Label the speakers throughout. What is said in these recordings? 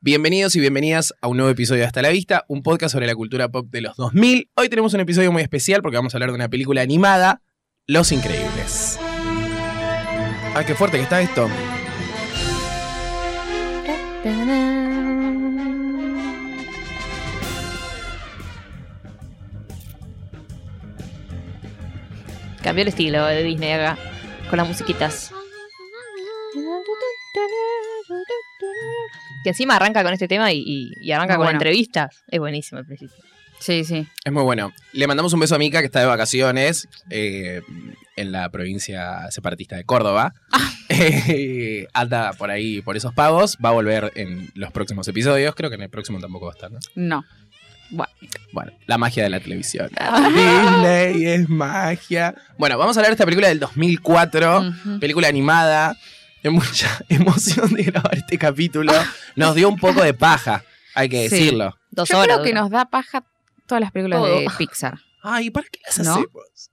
Speaker 1: Bienvenidos y bienvenidas a un nuevo episodio de Hasta la Vista, un podcast sobre la cultura pop de los 2000. Hoy tenemos un episodio muy especial porque vamos a hablar de una película animada, Los Increíbles. Ah, qué fuerte que está esto.
Speaker 2: Cambió el estilo de Disney acá, con las musiquitas. Que encima arranca con este tema y, y- y arranca
Speaker 3: Muy
Speaker 2: con
Speaker 3: bueno.
Speaker 2: entrevistas. Es buenísimo al principio.
Speaker 3: Sí, sí.
Speaker 1: Es muy bueno. Le mandamos un beso a Mica que está de vacaciones eh, en la provincia separatista de Córdoba. Eh, anda por ahí por esos pagos. Va a volver en los próximos episodios. Creo que en el próximo tampoco va a estar, ¿no?
Speaker 3: No.
Speaker 1: Bueno, la magia de la televisión. Disney es magia. Bueno, vamos a hablar de esta película del 2004,
Speaker 3: Ujú.
Speaker 1: película animada. De mucha emoción de grabar este capítulo. Nos dio un poco de paja, hay que
Speaker 3: Sí.
Speaker 1: decirlo.
Speaker 2: Dos
Speaker 3: Yo
Speaker 2: horas.
Speaker 3: creo que
Speaker 2: dura.
Speaker 3: nos da paja todas las películas
Speaker 2: Todo.
Speaker 3: de Pixar. No,
Speaker 1: Ay, ¿para qué las
Speaker 3: ¿No?
Speaker 1: hacemos?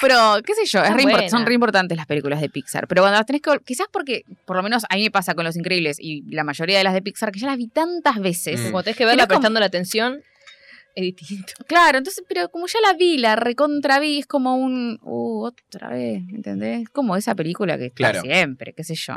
Speaker 3: pero qué sé yo, es
Speaker 2: Son
Speaker 3: re impor-
Speaker 2: buenas.
Speaker 3: son re importantes las películas de Pixar. Pero cuando las tenés que... vol- Quizás porque, por lo menos a mí me pasa con Los Increíbles y la mayoría de las de Pixar, que ya las vi tantas veces.
Speaker 1: Mm.
Speaker 2: Como tenés que verla
Speaker 3: Pero es como-
Speaker 2: prestando la atención, es distinto.
Speaker 3: Claro, entonces, pero como ya la vi, la recontra vi, es como un... Uh, otra vez, ¿entendés? Como esa película que está
Speaker 1: Claro.
Speaker 3: siempre, qué sé yo.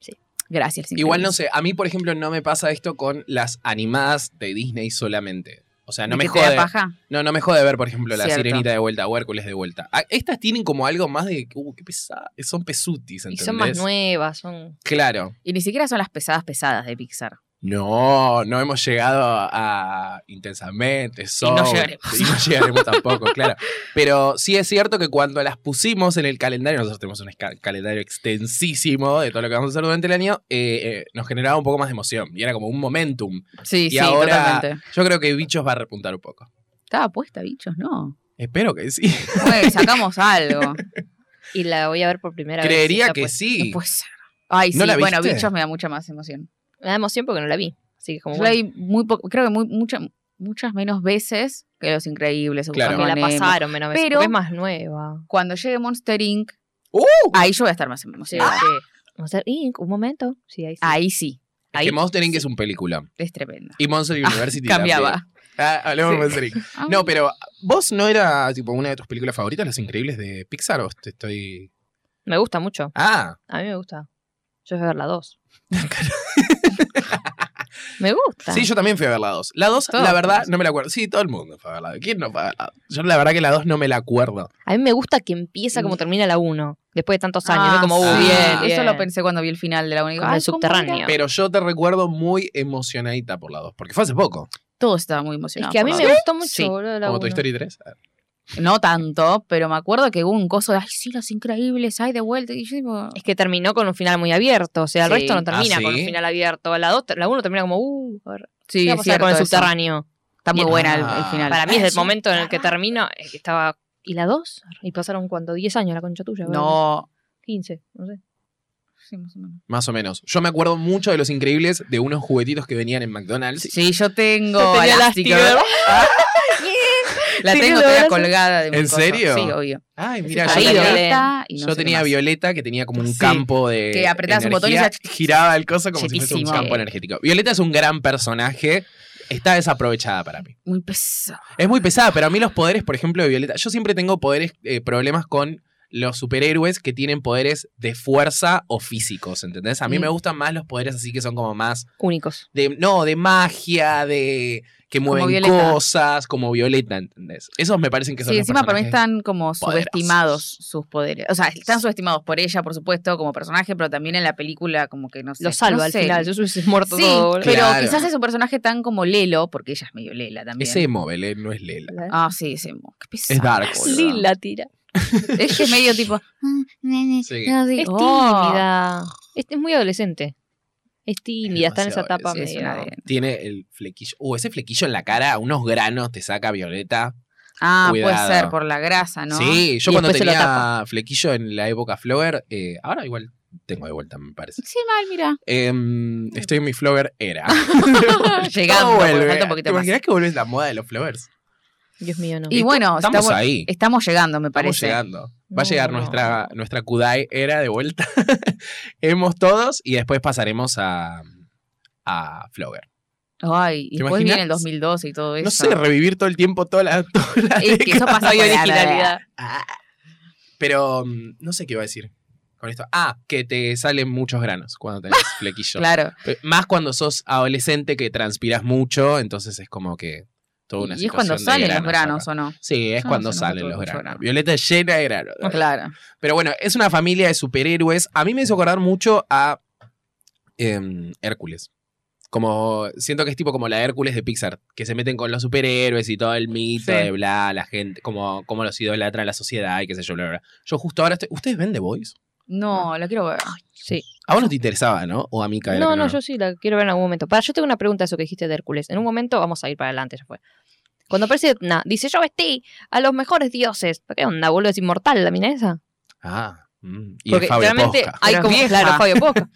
Speaker 3: Sí. Gracias. Los
Speaker 1: Igual no
Speaker 3: Increíbles.
Speaker 1: sé, a mí, por ejemplo, no me pasa esto con las animadas de Disney solamente. O sea, no me
Speaker 3: ¿De que te da
Speaker 1: jode.
Speaker 3: paja?
Speaker 1: No, no me jode ver, por ejemplo, la
Speaker 3: Cierto.
Speaker 1: sirenita de vuelta o Hércules de vuelta. Ah, Estas tienen como algo más de. Uh, qué pesada. Son pesutis,
Speaker 2: Y
Speaker 1: ¿entendés?
Speaker 2: son más nuevas, son.
Speaker 1: Claro.
Speaker 3: Y ni siquiera son las pesadas pesadas de Pixar.
Speaker 1: No, no hemos llegado a intensamente. Soul,
Speaker 3: llegaremos.
Speaker 1: Y no llegaremos tampoco, claro. Pero sí es cierto que cuando las pusimos en el calendario, nosotros tenemos un esca- calendario extensísimo de todo lo que vamos a hacer durante el año, eh, eh, nos generaba un poco más de emoción y era como un momentum.
Speaker 3: Sí,
Speaker 1: Y
Speaker 3: sí,
Speaker 1: ahora
Speaker 3: totalmente.
Speaker 1: yo creo que Bichos va a repuntar un poco.
Speaker 3: Estaba puesta, bichos, no.
Speaker 1: Espero que sí.
Speaker 3: Bueno, sacamos algo.
Speaker 2: Y la voy a ver por primera vez. pues,
Speaker 1: Creería
Speaker 2: Está
Speaker 1: que
Speaker 2: puesta.
Speaker 1: sí.
Speaker 3: No puede ser. Ay, sí,
Speaker 1: ¿No la
Speaker 3: bueno,
Speaker 1: viste?
Speaker 3: bichos me da mucha más emoción.
Speaker 2: Me da emoción porque no la vi. Así que como.
Speaker 3: Yo
Speaker 2: bueno.
Speaker 3: la vi muy poco, creo que muy, mucha- muchas menos veces que Los Increíbles. o
Speaker 1: Claro.
Speaker 3: Buscando
Speaker 2: Me la
Speaker 3: a Nemo.
Speaker 2: pasaron menos veces,
Speaker 3: Pero-
Speaker 2: porque es más nueva.
Speaker 3: Cuando llegue Monster Inc.,
Speaker 1: ¡Uh!
Speaker 3: ahí yo voy a estar más
Speaker 2: Sí,
Speaker 1: Ah.
Speaker 3: emocionada.
Speaker 2: sí. Vamos a hacer Inc, un momento. Sí, ahí sí.
Speaker 3: Ahí sí,
Speaker 1: Es que Monster Inc. es un película.
Speaker 3: es tremenda.
Speaker 1: Y Monster University también.
Speaker 3: Cambiaba.
Speaker 1: Ah, hablemos de
Speaker 3: Sí.
Speaker 1: Monster Inc.
Speaker 3: Ah,
Speaker 1: No, pero vos no era tipo una de tus películas favoritas, Los Increíbles de Pixar, o te estoy.
Speaker 2: Me gusta mucho.
Speaker 1: Ah,
Speaker 2: A mí me gusta. Yo fui a ver la 2. me gusta.
Speaker 1: sí, yo también fui a ver la 2. La 2,
Speaker 3: Todos
Speaker 1: la verdad,
Speaker 3: fuimos.
Speaker 1: no me la acuerdo. Sí, todo el mundo fue a ver la 2. ¿Quién no fue a ver la 2? Yo la verdad que la 2 no me la acuerdo.
Speaker 2: A mí me gusta que empieza
Speaker 1: Mm.
Speaker 2: como termina la 1. Después de tantos años.
Speaker 3: ah,
Speaker 2: es como, uh,
Speaker 3: sí.
Speaker 2: bien,
Speaker 3: Eso
Speaker 2: bien.
Speaker 3: lo pensé cuando vi el final de la única.
Speaker 2: Como el
Speaker 3: Ay, ¿cómo era?
Speaker 2: subterráneo.
Speaker 1: Pero yo te recuerdo muy emocionadita por la 2, porque fue hace poco.
Speaker 3: Todos estaban muy
Speaker 2: Es
Speaker 3: emocionados.
Speaker 2: que a
Speaker 3: por
Speaker 2: mí
Speaker 3: la
Speaker 2: me gustó mucho,
Speaker 3: Sí.
Speaker 2: boludo, la
Speaker 1: Como tu
Speaker 2: 1.
Speaker 1: historia 3.
Speaker 3: No tanto, pero me acuerdo que hubo un coso de, ay, sí, los increíbles, ay, de vuelta. Y yo tipo,
Speaker 2: Es que terminó con un final muy abierto. O sea, el
Speaker 3: Sí.
Speaker 2: resto no termina
Speaker 1: Ah,
Speaker 2: con
Speaker 1: sí.
Speaker 2: un final abierto. La 2, la 1 termina como, uh, a ver,
Speaker 3: sí,
Speaker 2: ¿qué va a
Speaker 3: es
Speaker 2: pasar con el
Speaker 3: cierto eso.
Speaker 2: subterráneo?
Speaker 3: Está muy
Speaker 2: Bien.
Speaker 3: buena el,
Speaker 1: Ah.
Speaker 3: el final.
Speaker 2: Para mí es el
Speaker 1: Eso.
Speaker 2: momento en el que termino, es que estaba... ¿Y la 2? Y pasaron, ¿cuánto? 10 años la concha tuya. ¿verdad?
Speaker 3: no.
Speaker 2: 15, no sé.
Speaker 3: Sí, más o menos.
Speaker 1: Más o menos. Yo me acuerdo mucho de Los Increíbles, de unos juguetitos que venían en McDonald's.
Speaker 3: Sí, yo tengo
Speaker 2: Yo tenía
Speaker 3: Elastigirl.
Speaker 2: Elastigirl.
Speaker 3: La
Speaker 2: Sí,
Speaker 3: tengo
Speaker 2: lo
Speaker 3: todavía
Speaker 2: hace.
Speaker 3: colgado. colgada de un
Speaker 1: ¿En
Speaker 3: coso.
Speaker 1: serio?
Speaker 3: Sí, obvio.
Speaker 1: Ay, mira,
Speaker 2: Ah,
Speaker 1: yo
Speaker 2: Ahí,
Speaker 1: tenía,
Speaker 2: ¿eh?
Speaker 3: Violeta y no
Speaker 1: yo
Speaker 3: sé qué
Speaker 1: tenía
Speaker 3: más.
Speaker 1: Violeta que tenía como un
Speaker 3: Sí.
Speaker 1: campo de.
Speaker 3: Que apretabas un botón y
Speaker 1: energía,
Speaker 3: ya-
Speaker 1: giraba el coso como si fuese un
Speaker 3: Chetísimo.
Speaker 1: campo energético. Violeta es un gran personaje. Está desaprovechada para mí.
Speaker 3: Muy pesado.
Speaker 1: Es muy pesada, pero a mí los poderes, por ejemplo, de Violeta. Yo siempre tengo poderes, eh, problemas con los superhéroes que tienen poderes de fuerza o físicos, ¿entendés? A mí
Speaker 3: Mm.
Speaker 1: me gustan más los poderes así que son como más
Speaker 2: Únicos.
Speaker 1: de. No, de magia, de. que
Speaker 3: Como
Speaker 1: mueven
Speaker 3: Violeta.
Speaker 1: cosas, como Violeta, ¿entendés? Esos me parecen que son
Speaker 3: Sí,
Speaker 1: los
Speaker 3: encima para mí
Speaker 1: personajes.
Speaker 3: están como
Speaker 1: poderosos.
Speaker 3: subestimados sus poderes. O sea, están subestimados por ella, por supuesto, como personaje, pero también en la película, como que no sé.
Speaker 2: Lo salva
Speaker 3: no
Speaker 2: al
Speaker 3: sé.
Speaker 2: final. Yo hubiese muerto
Speaker 3: Sí,
Speaker 2: todo. boludo.
Speaker 3: pero
Speaker 1: Claro.
Speaker 3: quizás es un personaje tan como Lelo, porque ella es medio Lela también.
Speaker 1: Es emo, Belén, no es Lela.
Speaker 3: Ah, sí, ese mo- Qué pesado.
Speaker 1: Es dark.
Speaker 3: boludo.
Speaker 2: Lila tira.
Speaker 3: Es que es medio tipo.
Speaker 1: Sí.
Speaker 3: no, sí,
Speaker 2: Es
Speaker 3: oh.
Speaker 2: tímida. Es, es muy adolescente. Es tímida, está en esa
Speaker 1: demasiado
Speaker 2: etapa
Speaker 3: Sí, es
Speaker 2: medio.
Speaker 3: una de-
Speaker 1: Tiene el flequillo. Uh, ese flequillo en la cara, unos granos te saca Violeta.
Speaker 3: Ah,
Speaker 1: Cuidado.
Speaker 3: puede ser, por la grasa, Ah, ¿no?
Speaker 1: Sí, yo
Speaker 2: Y
Speaker 1: cuando
Speaker 2: después se lo
Speaker 1: tenía
Speaker 2: tapa.
Speaker 1: flequillo en la época Flower, eh, ahora igual tengo de vuelta, me parece.
Speaker 3: Sí, mal, mira.
Speaker 1: Em, estoy en mi Flower era.
Speaker 3: Llegando,
Speaker 1: Todo
Speaker 3: porque
Speaker 1: vuelve.
Speaker 3: falta un poquito
Speaker 1: ¿Te
Speaker 3: más.
Speaker 1: imaginas que vuelves la moda de los Flowers?
Speaker 2: Dios mío, no.
Speaker 3: Y bueno,
Speaker 1: estamos
Speaker 3: estamos-
Speaker 1: ahí.
Speaker 3: Estamos llegando, me
Speaker 1: Estamos
Speaker 3: parece.
Speaker 1: llegando. Va a
Speaker 2: No,
Speaker 1: llegar
Speaker 2: no.
Speaker 1: nuestra, nuestra Kudai era de vuelta. Hemos todos y después pasaremos a, a Flower.
Speaker 3: Ay, y
Speaker 1: ¿Te
Speaker 3: después viene el
Speaker 1: imaginas?
Speaker 3: 2012 y todo eso.
Speaker 1: No sé, revivir todo el tiempo toda la, toda la
Speaker 3: Es que eso
Speaker 1: década. Ah.
Speaker 3: pasa
Speaker 2: Hay
Speaker 3: por la-
Speaker 2: originalidad.
Speaker 1: Pero mm, no sé qué iba a decir con esto. Ah, que te salen muchos granos cuando tenés flequillos.
Speaker 3: Claro.
Speaker 1: Eh, Más cuando sos adolescente que transpiras mucho, entonces es como que toda una
Speaker 3: Y es cuando
Speaker 1: situación de
Speaker 3: salen los granos, ¿o no?
Speaker 1: acá. Sí, es
Speaker 3: Yo no
Speaker 1: cuando
Speaker 3: sé, no
Speaker 1: salen
Speaker 3: tuve
Speaker 1: los
Speaker 3: mucho
Speaker 1: granos.
Speaker 3: grano.
Speaker 1: Violeta es llena de granos.
Speaker 3: Claro.
Speaker 1: Pero bueno, es una familia de superhéroes. A mí me hizo acordar mucho a em, Hércules. Como siento que es tipo como la Hércules de Pixar, que se meten con los superhéroes y todo el mito
Speaker 3: Sí.
Speaker 1: de bla, la gente, como, como los idolatran la sociedad y qué sé yo, bla, bla. Yo justo ahora estoy. ¿Ustedes ven The Voice?
Speaker 3: No, lo quiero ver.
Speaker 2: Sí.
Speaker 1: A vos no te interesaba, ¿no? O a mí caer.
Speaker 2: No, no, yo sí la quiero ver en algún momento. Para, yo tengo una pregunta de eso que dijiste de Hércules. En un momento vamos a ir para adelante, ya fue. Cuando aparece Etna, dice, yo vestí a los mejores dioses. ¿Qué onda, boludo? Es inmortal la mina esa.
Speaker 1: Ah. mm. Y
Speaker 2: Porque
Speaker 1: es Fabio
Speaker 2: claramente
Speaker 1: Posca.
Speaker 2: hay
Speaker 3: Pero
Speaker 2: como...
Speaker 3: vieja.
Speaker 2: Claro, Fabio Posca.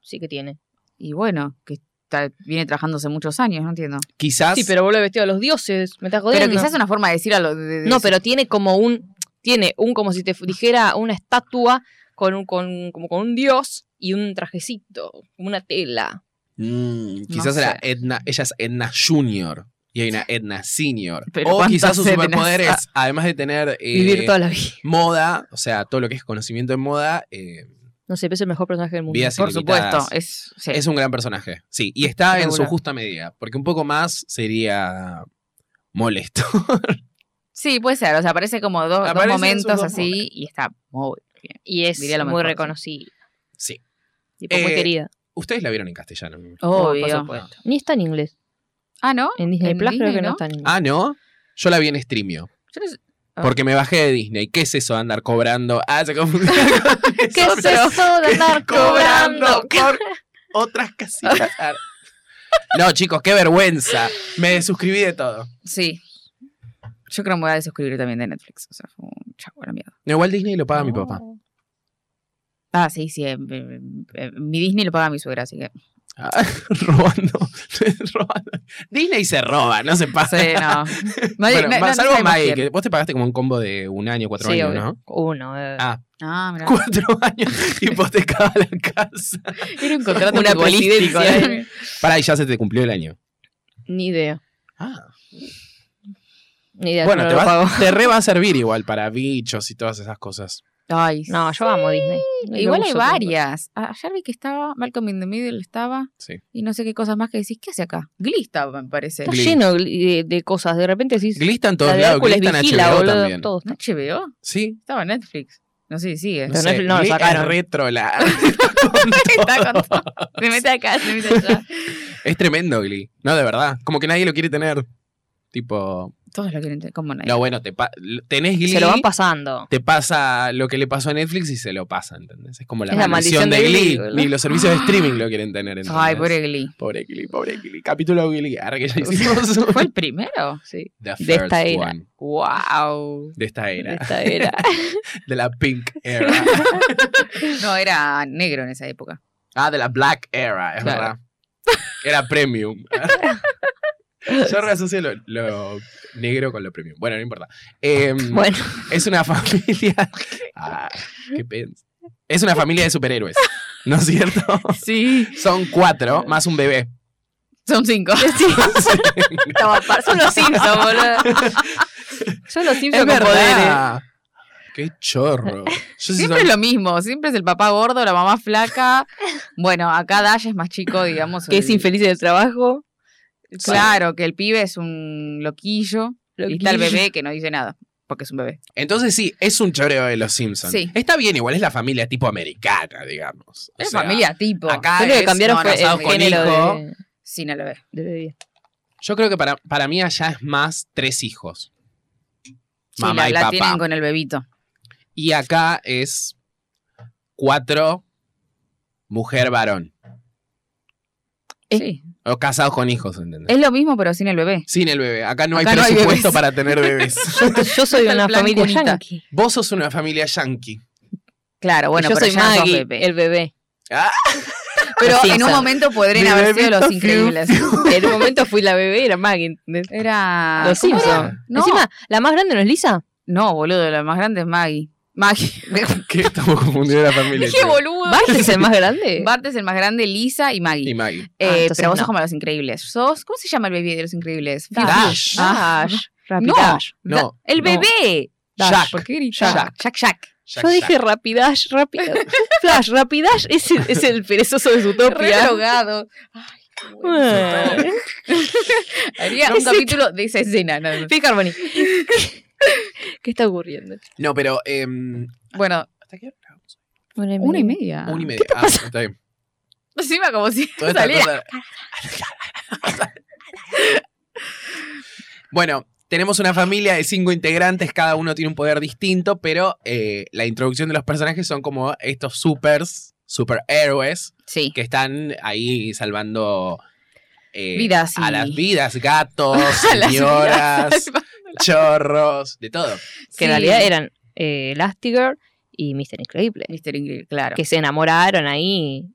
Speaker 2: Sí que tiene.
Speaker 3: Y bueno, que está- viene trabajando hace muchos años, no entiendo.
Speaker 1: Quizás.
Speaker 2: Sí, pero boludo vestido a los dioses. Me estás jodiendo.
Speaker 3: Pero quizás es una forma de decir a los.
Speaker 2: No, pero tiene como un. Tiene un, como si te fu- dijera, una estatua con un, con, como con un dios y un trajecito, una tela.
Speaker 1: Mm,
Speaker 3: No
Speaker 1: quizás
Speaker 3: sé.
Speaker 1: era Edna, ella es Edna Junior y hay una Edna Senior.
Speaker 3: Pero
Speaker 1: o
Speaker 3: ¿cuántas
Speaker 1: quizás su
Speaker 3: Ednas?
Speaker 1: superpoder es, además de tener eh,
Speaker 2: Vivir toda la vida.
Speaker 1: moda, o sea, todo lo que es conocimiento en moda, eh,
Speaker 2: No sé, pero es el mejor personaje del mundo.
Speaker 1: vidas
Speaker 3: Por
Speaker 1: ilimitadas.
Speaker 3: supuesto, es. sí.
Speaker 1: Es un gran personaje, sí. Y está en su
Speaker 3: Regular.
Speaker 1: justa medida, porque un poco más sería molesto.
Speaker 3: Sí, puede ser. O sea, aparece como do- dos
Speaker 1: Aparecen sus
Speaker 3: momentos
Speaker 1: dos
Speaker 3: así
Speaker 1: momentos.
Speaker 3: y está muy bien.
Speaker 2: Y es
Speaker 3: Diría lo
Speaker 2: muy
Speaker 3: mejor, sí.
Speaker 2: reconocido.
Speaker 1: sí.
Speaker 2: Tipo, muy
Speaker 1: Eh,
Speaker 2: querida.
Speaker 1: Ustedes la vieron en castellano.
Speaker 2: por
Speaker 3: Obvio.
Speaker 2: supuesto. Ni está en inglés.
Speaker 3: Ah, ¿no?
Speaker 2: En Disney
Speaker 3: ¿En
Speaker 2: Plus creo
Speaker 3: Disney,
Speaker 2: que no
Speaker 3: no?
Speaker 2: está en inglés.
Speaker 1: Ah, ¿no? Yo la vi en streamio.
Speaker 3: Yo no sé. Ah.
Speaker 1: Porque me bajé de Disney. ¿Qué es eso de andar cobrando? Ah, se confundió.
Speaker 2: ¿Qué es eso de andar cobrando?
Speaker 1: por otras casitas. Ah. No, chicos, qué vergüenza. Me desuscribí de todo.
Speaker 3: Sí. Yo creo que me voy a desuscribir también de Netflix. O sea, fue un chavo la mierda.
Speaker 1: No, igual Disney lo paga mi papá.
Speaker 3: Ah, sí, sí. eh, eh, eh, mi Disney lo paga mi suegra, así que.
Speaker 1: Ah, robando, robando. Disney se roba, no se pasa.
Speaker 3: Sí, no.
Speaker 1: Bueno,
Speaker 3: no-
Speaker 1: más-
Speaker 3: no
Speaker 1: salvo
Speaker 3: sabemos
Speaker 1: Maggie,
Speaker 3: quién.
Speaker 1: que vos te pagaste como un combo de un año, cuatro
Speaker 2: Sí,
Speaker 1: años,
Speaker 2: obvio.
Speaker 1: ¿no?
Speaker 2: Uno. eh.
Speaker 1: Ah.
Speaker 3: Ah, mirá.
Speaker 1: Cuatro años hipotecaba la casa.
Speaker 3: Era un contrato
Speaker 2: Una
Speaker 3: futbolístico,
Speaker 2: presidencia.
Speaker 3: ¿eh?
Speaker 1: Para, y ya se te cumplió el año.
Speaker 2: Ni idea.
Speaker 1: Ah.
Speaker 2: Ni idea.
Speaker 1: Bueno,
Speaker 2: yo
Speaker 1: te,
Speaker 2: no, lo pago.
Speaker 1: vas- te re va a servir igual para bichos y todas esas cosas.
Speaker 3: Ay,
Speaker 2: No, yo amo Disney. Lo
Speaker 3: Igual hay
Speaker 2: uso, pero-
Speaker 3: varias. A- Ayer vi que estaba Malcolm in the Middle, estaba.
Speaker 1: Sí.
Speaker 3: Y no sé qué cosas más que decís. ¿Qué hace acá? Glee estaba, me parece.
Speaker 2: Está
Speaker 1: Glee.
Speaker 2: lleno de, de cosas. De repente decís.
Speaker 1: Glista en
Speaker 2: la
Speaker 1: todos
Speaker 2: de
Speaker 1: lados,
Speaker 2: Hércules
Speaker 1: Glista en
Speaker 2: vigila,
Speaker 1: HBO
Speaker 2: boludo,
Speaker 1: también.
Speaker 2: todo
Speaker 3: ¿No
Speaker 2: está.
Speaker 3: HBO?
Speaker 1: Sí.
Speaker 3: Estaba en Netflix. No sé si sigue.
Speaker 1: No
Speaker 2: Pero
Speaker 1: sé,
Speaker 2: Netflix no lo
Speaker 1: Glee es
Speaker 2: sacaron.
Speaker 1: re trola.
Speaker 3: Está con todo. Se mete acá, se mete allá.
Speaker 1: es tremendo Glee. No, de verdad. Como que nadie lo quiere tener. Tipo,
Speaker 3: Todos lo quieren tener. ¿Cómo no?
Speaker 1: no, bueno, te pa- tenés Glee.
Speaker 2: Se lo van pasando.
Speaker 1: te pasa lo que le pasó a Netflix y se lo pasa, ¿entendés? Es como la,
Speaker 2: Es la
Speaker 1: maldición,
Speaker 2: maldición
Speaker 1: de
Speaker 2: de
Speaker 1: Glee.
Speaker 2: Glee,
Speaker 1: Ni los servicios de streaming lo quieren tener, ¿entendés?
Speaker 3: Ay, pobre Glee.
Speaker 1: Pobre Glee, pobre Glee. Capítulo de Glee. Ahora que ya hicimos
Speaker 3: ¿Fue el primero? Sí.
Speaker 1: The first
Speaker 2: De esta era.
Speaker 1: one.
Speaker 3: ¡Wow!
Speaker 1: De esta era.
Speaker 2: Esta era.
Speaker 1: De la pink era.
Speaker 3: No, era negro en esa época.
Speaker 1: Ah, de la black era, es
Speaker 3: Claro.
Speaker 1: verdad. Era premium. Yo reasocio lo, lo negro con lo premium. Bueno, no importa. Em,
Speaker 2: bueno,
Speaker 1: Es una familia. Ah, qué pens- Es una familia de superhéroes, ¿no es cierto?
Speaker 3: Sí.
Speaker 1: Son cuatro, más un bebé.
Speaker 3: Son cinco.
Speaker 2: estaba par- son los Simpsons, boludo. Son los Simpsons con poderes.
Speaker 1: Qué chorro. Yo sí
Speaker 3: Siempre
Speaker 1: soy-
Speaker 3: es lo mismo, siempre es el papá gordo, la mamá flaca. Bueno, acá Dash es más chico, digamos.
Speaker 2: Que es
Speaker 3: el-
Speaker 2: infeliz en el trabajo.
Speaker 3: Claro, que el pibe es un loquillo,
Speaker 2: Lo
Speaker 3: y está el
Speaker 2: que-
Speaker 3: bebé que no dice nada, porque es un bebé.
Speaker 1: Entonces sí, es un choreo de los Simpsons.
Speaker 3: Sí.
Speaker 1: Está bien, igual es la familia tipo americana, digamos. O
Speaker 3: Es
Speaker 1: sea,
Speaker 3: familia tipo.
Speaker 1: acá
Speaker 2: Lo único
Speaker 1: es
Speaker 2: que cambiaron
Speaker 1: no
Speaker 2: fue
Speaker 1: casados
Speaker 2: el
Speaker 1: con
Speaker 2: género
Speaker 1: hijo.
Speaker 2: de,
Speaker 3: Sí, no lo ve.
Speaker 2: de bebida.
Speaker 1: Yo creo que para, para mí allá es más tres hijos.
Speaker 3: Sí,
Speaker 1: Mamá
Speaker 3: la,
Speaker 1: y
Speaker 3: la
Speaker 1: papá.
Speaker 3: tienen con el bebito.
Speaker 1: Y acá es cuatro mujer varón.
Speaker 3: Sí. Es,
Speaker 1: O casados con hijos, ¿entendés?
Speaker 3: lo mismo, pero sin el bebé.
Speaker 1: Sin el bebé. Acá no
Speaker 3: Acá
Speaker 1: hay
Speaker 3: no hay
Speaker 1: presupuesto
Speaker 3: bebés.
Speaker 1: para tener bebés.
Speaker 2: Yo soy
Speaker 3: El
Speaker 2: una
Speaker 3: plan
Speaker 2: familia
Speaker 3: cunita.
Speaker 2: yankee.
Speaker 1: Vos sos una familia yankee.
Speaker 3: Claro, bueno,
Speaker 2: yo
Speaker 3: pero
Speaker 2: soy
Speaker 3: ya no sos
Speaker 2: Maggie,
Speaker 3: bebé.
Speaker 2: el bebé.
Speaker 3: Pero en un
Speaker 2: Simpson.
Speaker 3: momento podrían
Speaker 1: Mi
Speaker 3: haber sido
Speaker 1: bebito
Speaker 3: los
Speaker 1: fiu,
Speaker 3: increíbles.
Speaker 2: En un momento fui la bebé y era Maggie. ¿entendés?
Speaker 3: Era.
Speaker 2: los
Speaker 3: ¿cómo era?
Speaker 2: Simpsons.
Speaker 3: No.
Speaker 2: Encima, ¿la más grande no es Lisa?
Speaker 3: No, boludo, la más grande es Maggie. Maggie.
Speaker 1: ¿Qué? Estamos confundiendo la familia.
Speaker 3: ¡Qué boludo!
Speaker 2: ¿Bart es el más grande?
Speaker 3: Bart es el más grande, Lisa y Maggie.
Speaker 1: Y Maggie.
Speaker 3: Eh,
Speaker 2: Ah, entonces
Speaker 3: pero vos
Speaker 2: no.
Speaker 3: sos como los increíbles. Sos, ¿Cómo se llama el bebé de los increíbles?
Speaker 1: Dash.
Speaker 2: Dash.
Speaker 3: Dash.
Speaker 2: Rapid
Speaker 3: No.
Speaker 2: Dash.
Speaker 1: No.
Speaker 3: Da- El
Speaker 2: No.
Speaker 3: bebé.
Speaker 1: Dash.
Speaker 3: ¿Por qué gritas?
Speaker 1: Jack.
Speaker 3: Jack, Jack.
Speaker 1: Jack,
Speaker 2: Yo
Speaker 1: Jack.
Speaker 2: dije Rapidash, rápido. Flash, Rapidash es el, es el perezoso de su
Speaker 3: Re
Speaker 2: topia.
Speaker 3: drogado. Ay, qué bueno.
Speaker 1: Eh.
Speaker 2: Ah.
Speaker 3: Haría un
Speaker 2: Ese-
Speaker 3: capítulo de esa escena. nada más.
Speaker 2: Fifth Harmony. ¿Qué está ocurriendo?
Speaker 1: No, pero. em,
Speaker 3: Bueno,
Speaker 1: ¿Hasta qué hora?
Speaker 3: una y media.
Speaker 1: Una y media. Ah, está bien.
Speaker 3: Encima como si
Speaker 1: Toda esta
Speaker 3: saliera.
Speaker 1: cosa- bueno, tenemos una familia de cinco integrantes, cada uno tiene un poder distinto, pero eh, la introducción de los personajes son como estos supers, superhéroes,
Speaker 3: Sí.
Speaker 1: que están ahí salvando eh,
Speaker 3: Vidas y-
Speaker 1: a las vidas, gatos,
Speaker 3: A las
Speaker 1: señoras, chorros, de todo.
Speaker 2: Que en realidad eran eh, Elastigirl y Mr. Increíble.
Speaker 3: Mr. Ingrid, claro.
Speaker 2: Que se enamoraron ahí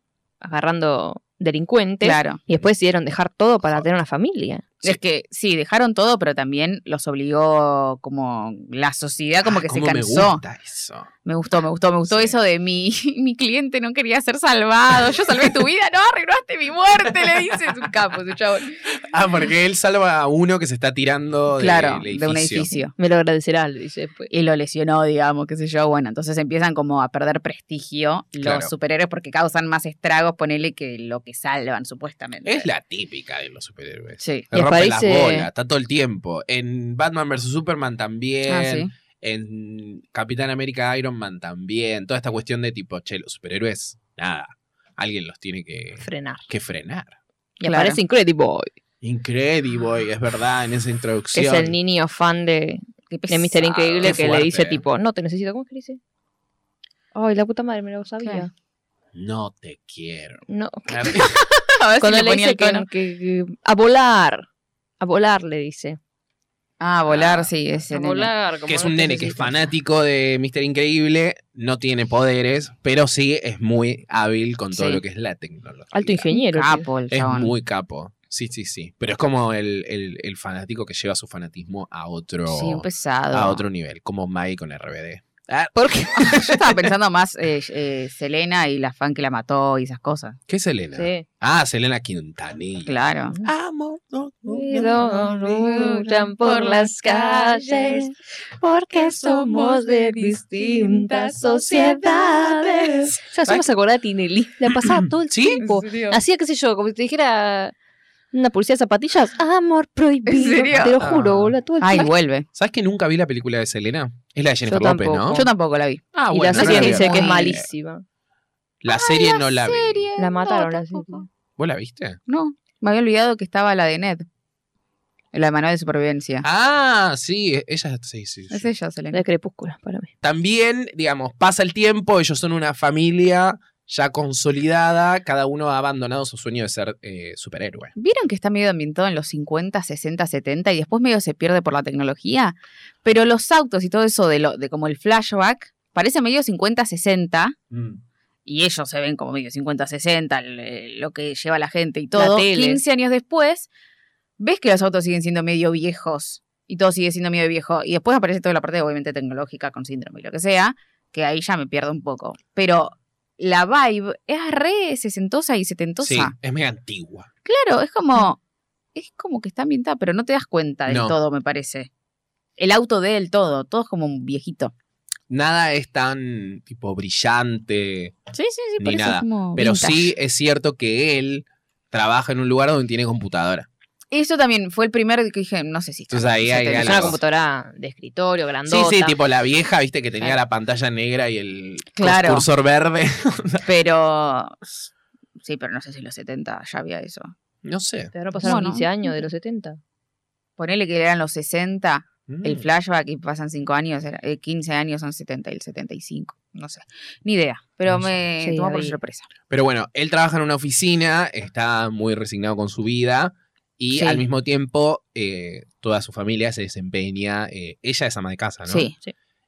Speaker 2: agarrando delincuentes.
Speaker 3: Claro.
Speaker 2: Y después decidieron dejar todo para tener una familia.
Speaker 1: Sí.
Speaker 3: Es que sí, dejaron todo, pero también los obligó como la sociedad como
Speaker 1: Ah,
Speaker 3: que se
Speaker 1: cómo me
Speaker 3: cansó.
Speaker 1: gusta eso.
Speaker 3: Me gustó, me gustó, me gustó
Speaker 1: Sí.
Speaker 3: eso de mi, mi cliente no quería ser salvado. Yo salvé tu vida, no, arruinaste mi muerte, le dice Es un capo, su chabón.
Speaker 1: Ah, porque él salva a uno que se está tirando del
Speaker 3: Claro,
Speaker 1: edificio.
Speaker 3: de un edificio.
Speaker 2: Me lo agradecerá, le dice después.
Speaker 3: Y lo lesionó, digamos, qué sé yo. Bueno, entonces empiezan como a perder prestigio los
Speaker 1: Claro.
Speaker 3: superhéroes porque causan más estragos, ponele, que lo que salvan, supuestamente.
Speaker 1: Es la típica de los superhéroes.
Speaker 3: Sí.
Speaker 1: Le
Speaker 2: Les
Speaker 1: rompe las
Speaker 2: parece-
Speaker 1: bolas, está todo el tiempo. En Batman vs Superman también.
Speaker 3: Ah, sí.
Speaker 1: En Capitán América Iron Man también. Toda esta cuestión de tipo, che, los superhéroes, nada. Alguien los tiene que,
Speaker 2: Frenar.
Speaker 1: que frenar.
Speaker 2: Y
Speaker 3: Claro.
Speaker 2: aparece Incrediboy,
Speaker 1: Increíble, es verdad, en esa
Speaker 2: que
Speaker 1: introducción.
Speaker 2: es el niño fan de,
Speaker 3: Qué
Speaker 2: de Mr.
Speaker 3: pesado.
Speaker 2: Increíble
Speaker 1: Qué
Speaker 2: que
Speaker 1: fuerte,
Speaker 2: le dice
Speaker 1: eh.
Speaker 2: tipo, no te necesito. ¿Cómo es que le dice? Ay, la puta madre, me lo sabía.
Speaker 1: No te quiero.
Speaker 2: No.
Speaker 1: Claro.
Speaker 3: A ver si
Speaker 2: Cuando
Speaker 3: le
Speaker 2: le
Speaker 3: ponía
Speaker 2: dice
Speaker 3: el
Speaker 2: que,
Speaker 3: tono.
Speaker 2: que- que- a volar. A volar, le dice.
Speaker 3: Ah, volar, sí, ese
Speaker 2: A
Speaker 3: nene.
Speaker 2: volar. como
Speaker 1: que es
Speaker 2: no
Speaker 1: un
Speaker 2: te
Speaker 1: nene que es
Speaker 2: necesito.
Speaker 1: fanático de Mr. Increíble, no tiene poderes, pero sí es muy hábil con todo
Speaker 3: Sí.
Speaker 1: lo que es la tecnología.
Speaker 2: Alto ingeniero. el pibe.
Speaker 3: Capo, el
Speaker 1: Es
Speaker 3: chabón.
Speaker 1: muy capo. Sí, sí, sí. Pero es como el, el- el fanático que lleva su fanatismo a otro,
Speaker 3: Sí, un pesado.
Speaker 1: a otro nivel, como Mike con RBD. Ah,
Speaker 3: Porque yo estaba pensando más eh, eh, Selena y la fan que la mató y esas cosas. Pues
Speaker 1: ¿Qué es Selena?
Speaker 2: Sí.
Speaker 1: Ah, Selena Quintanilla.
Speaker 3: Claro.
Speaker 1: Amor, no, no,
Speaker 2: Y
Speaker 1: no,
Speaker 2: no
Speaker 1: no,
Speaker 2: luchan por las calles porque somos de distintas sociedades. O
Speaker 1: Ay.
Speaker 2: sea, hacemos acordar a Tinelli. La pasaba todo el
Speaker 1: ¿Sí?
Speaker 2: tiempo. Hacía, qué sé yo, como si te dijera una publicidad de zapatillas. Amor prohibido.
Speaker 3: ¿En serio?
Speaker 2: Te lo
Speaker 1: Ah.
Speaker 2: juro, boludo. Todo el
Speaker 3: Ay,
Speaker 2: tiempo.
Speaker 3: vuelve.
Speaker 1: ¿Sabes que nunca vi la película de Selena? Es la de Jennifer López, ¿no?
Speaker 2: tampoco.
Speaker 3: Yo tampoco la vi.
Speaker 1: Ah,
Speaker 2: y
Speaker 1: bueno,
Speaker 2: la
Speaker 1: no
Speaker 2: serie
Speaker 1: vi.
Speaker 2: dice que es
Speaker 3: Muy-
Speaker 2: malísima.
Speaker 1: La serie no la vi.
Speaker 2: La mataron
Speaker 3: la
Speaker 2: así.
Speaker 1: ¿Vos la viste?
Speaker 3: No, me había olvidado que estaba la de Ned. La de Manual de Supervivencia.
Speaker 1: Ah, sí, e- ella sí, sí. sí.
Speaker 3: es ella, Selena.
Speaker 2: La crepúscula para mí.
Speaker 1: También, digamos, pasa el tiempo, ellos son una familia ya consolidada, cada uno ha abandonado su sueño de ser eh, superhéroe.
Speaker 3: ¿Vieron que está medio ambientado en los 50, 60, 70 y después medio se pierde por la tecnología? Pero los autos y todo eso de, lo, de como el flashback parece medio 50, 60 y ellos se ven como medio 50, 60, el- lo que lleva la gente y todo.
Speaker 2: tele.
Speaker 3: 15 años después, ves que los autos siguen siendo medio viejos y todo sigue siendo medio viejo. Y después aparece toda la parte, obviamente, tecnológica con síndrome y lo que sea, que ahí ya me pierdo un poco. Pero la vibe es re sesentosa y setentosa.
Speaker 1: Sí, es mega antigua.
Speaker 3: Claro, es como. Es como que está ambientada, pero no te das cuenta del
Speaker 1: No.
Speaker 3: todo, me parece. El auto de él, todo, todo es como un viejito.
Speaker 1: Nada es tan tipo brillante,
Speaker 3: Sí, sí, sí,
Speaker 1: Ni
Speaker 3: por eso
Speaker 1: nada.
Speaker 3: es como.
Speaker 1: pero
Speaker 3: vintage.
Speaker 1: sí es cierto que él trabaja en un lugar donde tiene computadora.
Speaker 3: Eso también fue el primero que dije, no sé si. está
Speaker 1: Entonces ahí
Speaker 3: bien,
Speaker 1: hay
Speaker 3: setenta.
Speaker 2: Es
Speaker 1: algo.
Speaker 2: una computadora de escritorio, grandota.
Speaker 1: Sí, sí, tipo la vieja, viste, que tenía
Speaker 2: Claro.
Speaker 1: la pantalla negra y el
Speaker 3: Claro.
Speaker 1: cursor verde.
Speaker 3: Pero. Sí, pero no sé si en los 70 ya había eso.
Speaker 1: No sé.
Speaker 2: Te habrán pasado
Speaker 3: Bueno.
Speaker 2: 15 años de los 70.
Speaker 3: Ponele que eran los 60, el
Speaker 1: Mm.
Speaker 3: flashback y pasan 5 años, era- eh, 15 años son 70 y el 75. No sé. Ni idea. Pero
Speaker 1: No sé.
Speaker 3: me
Speaker 2: Sí,
Speaker 3: tomó por
Speaker 2: había.
Speaker 3: sorpresa.
Speaker 1: Pero bueno, él trabaja en una oficina, está muy resignado con su vida y
Speaker 3: Sí.
Speaker 1: al mismo tiempo eh, toda su familia se desempeña. eh, ella es ama de casa, ¿no?
Speaker 3: Sí.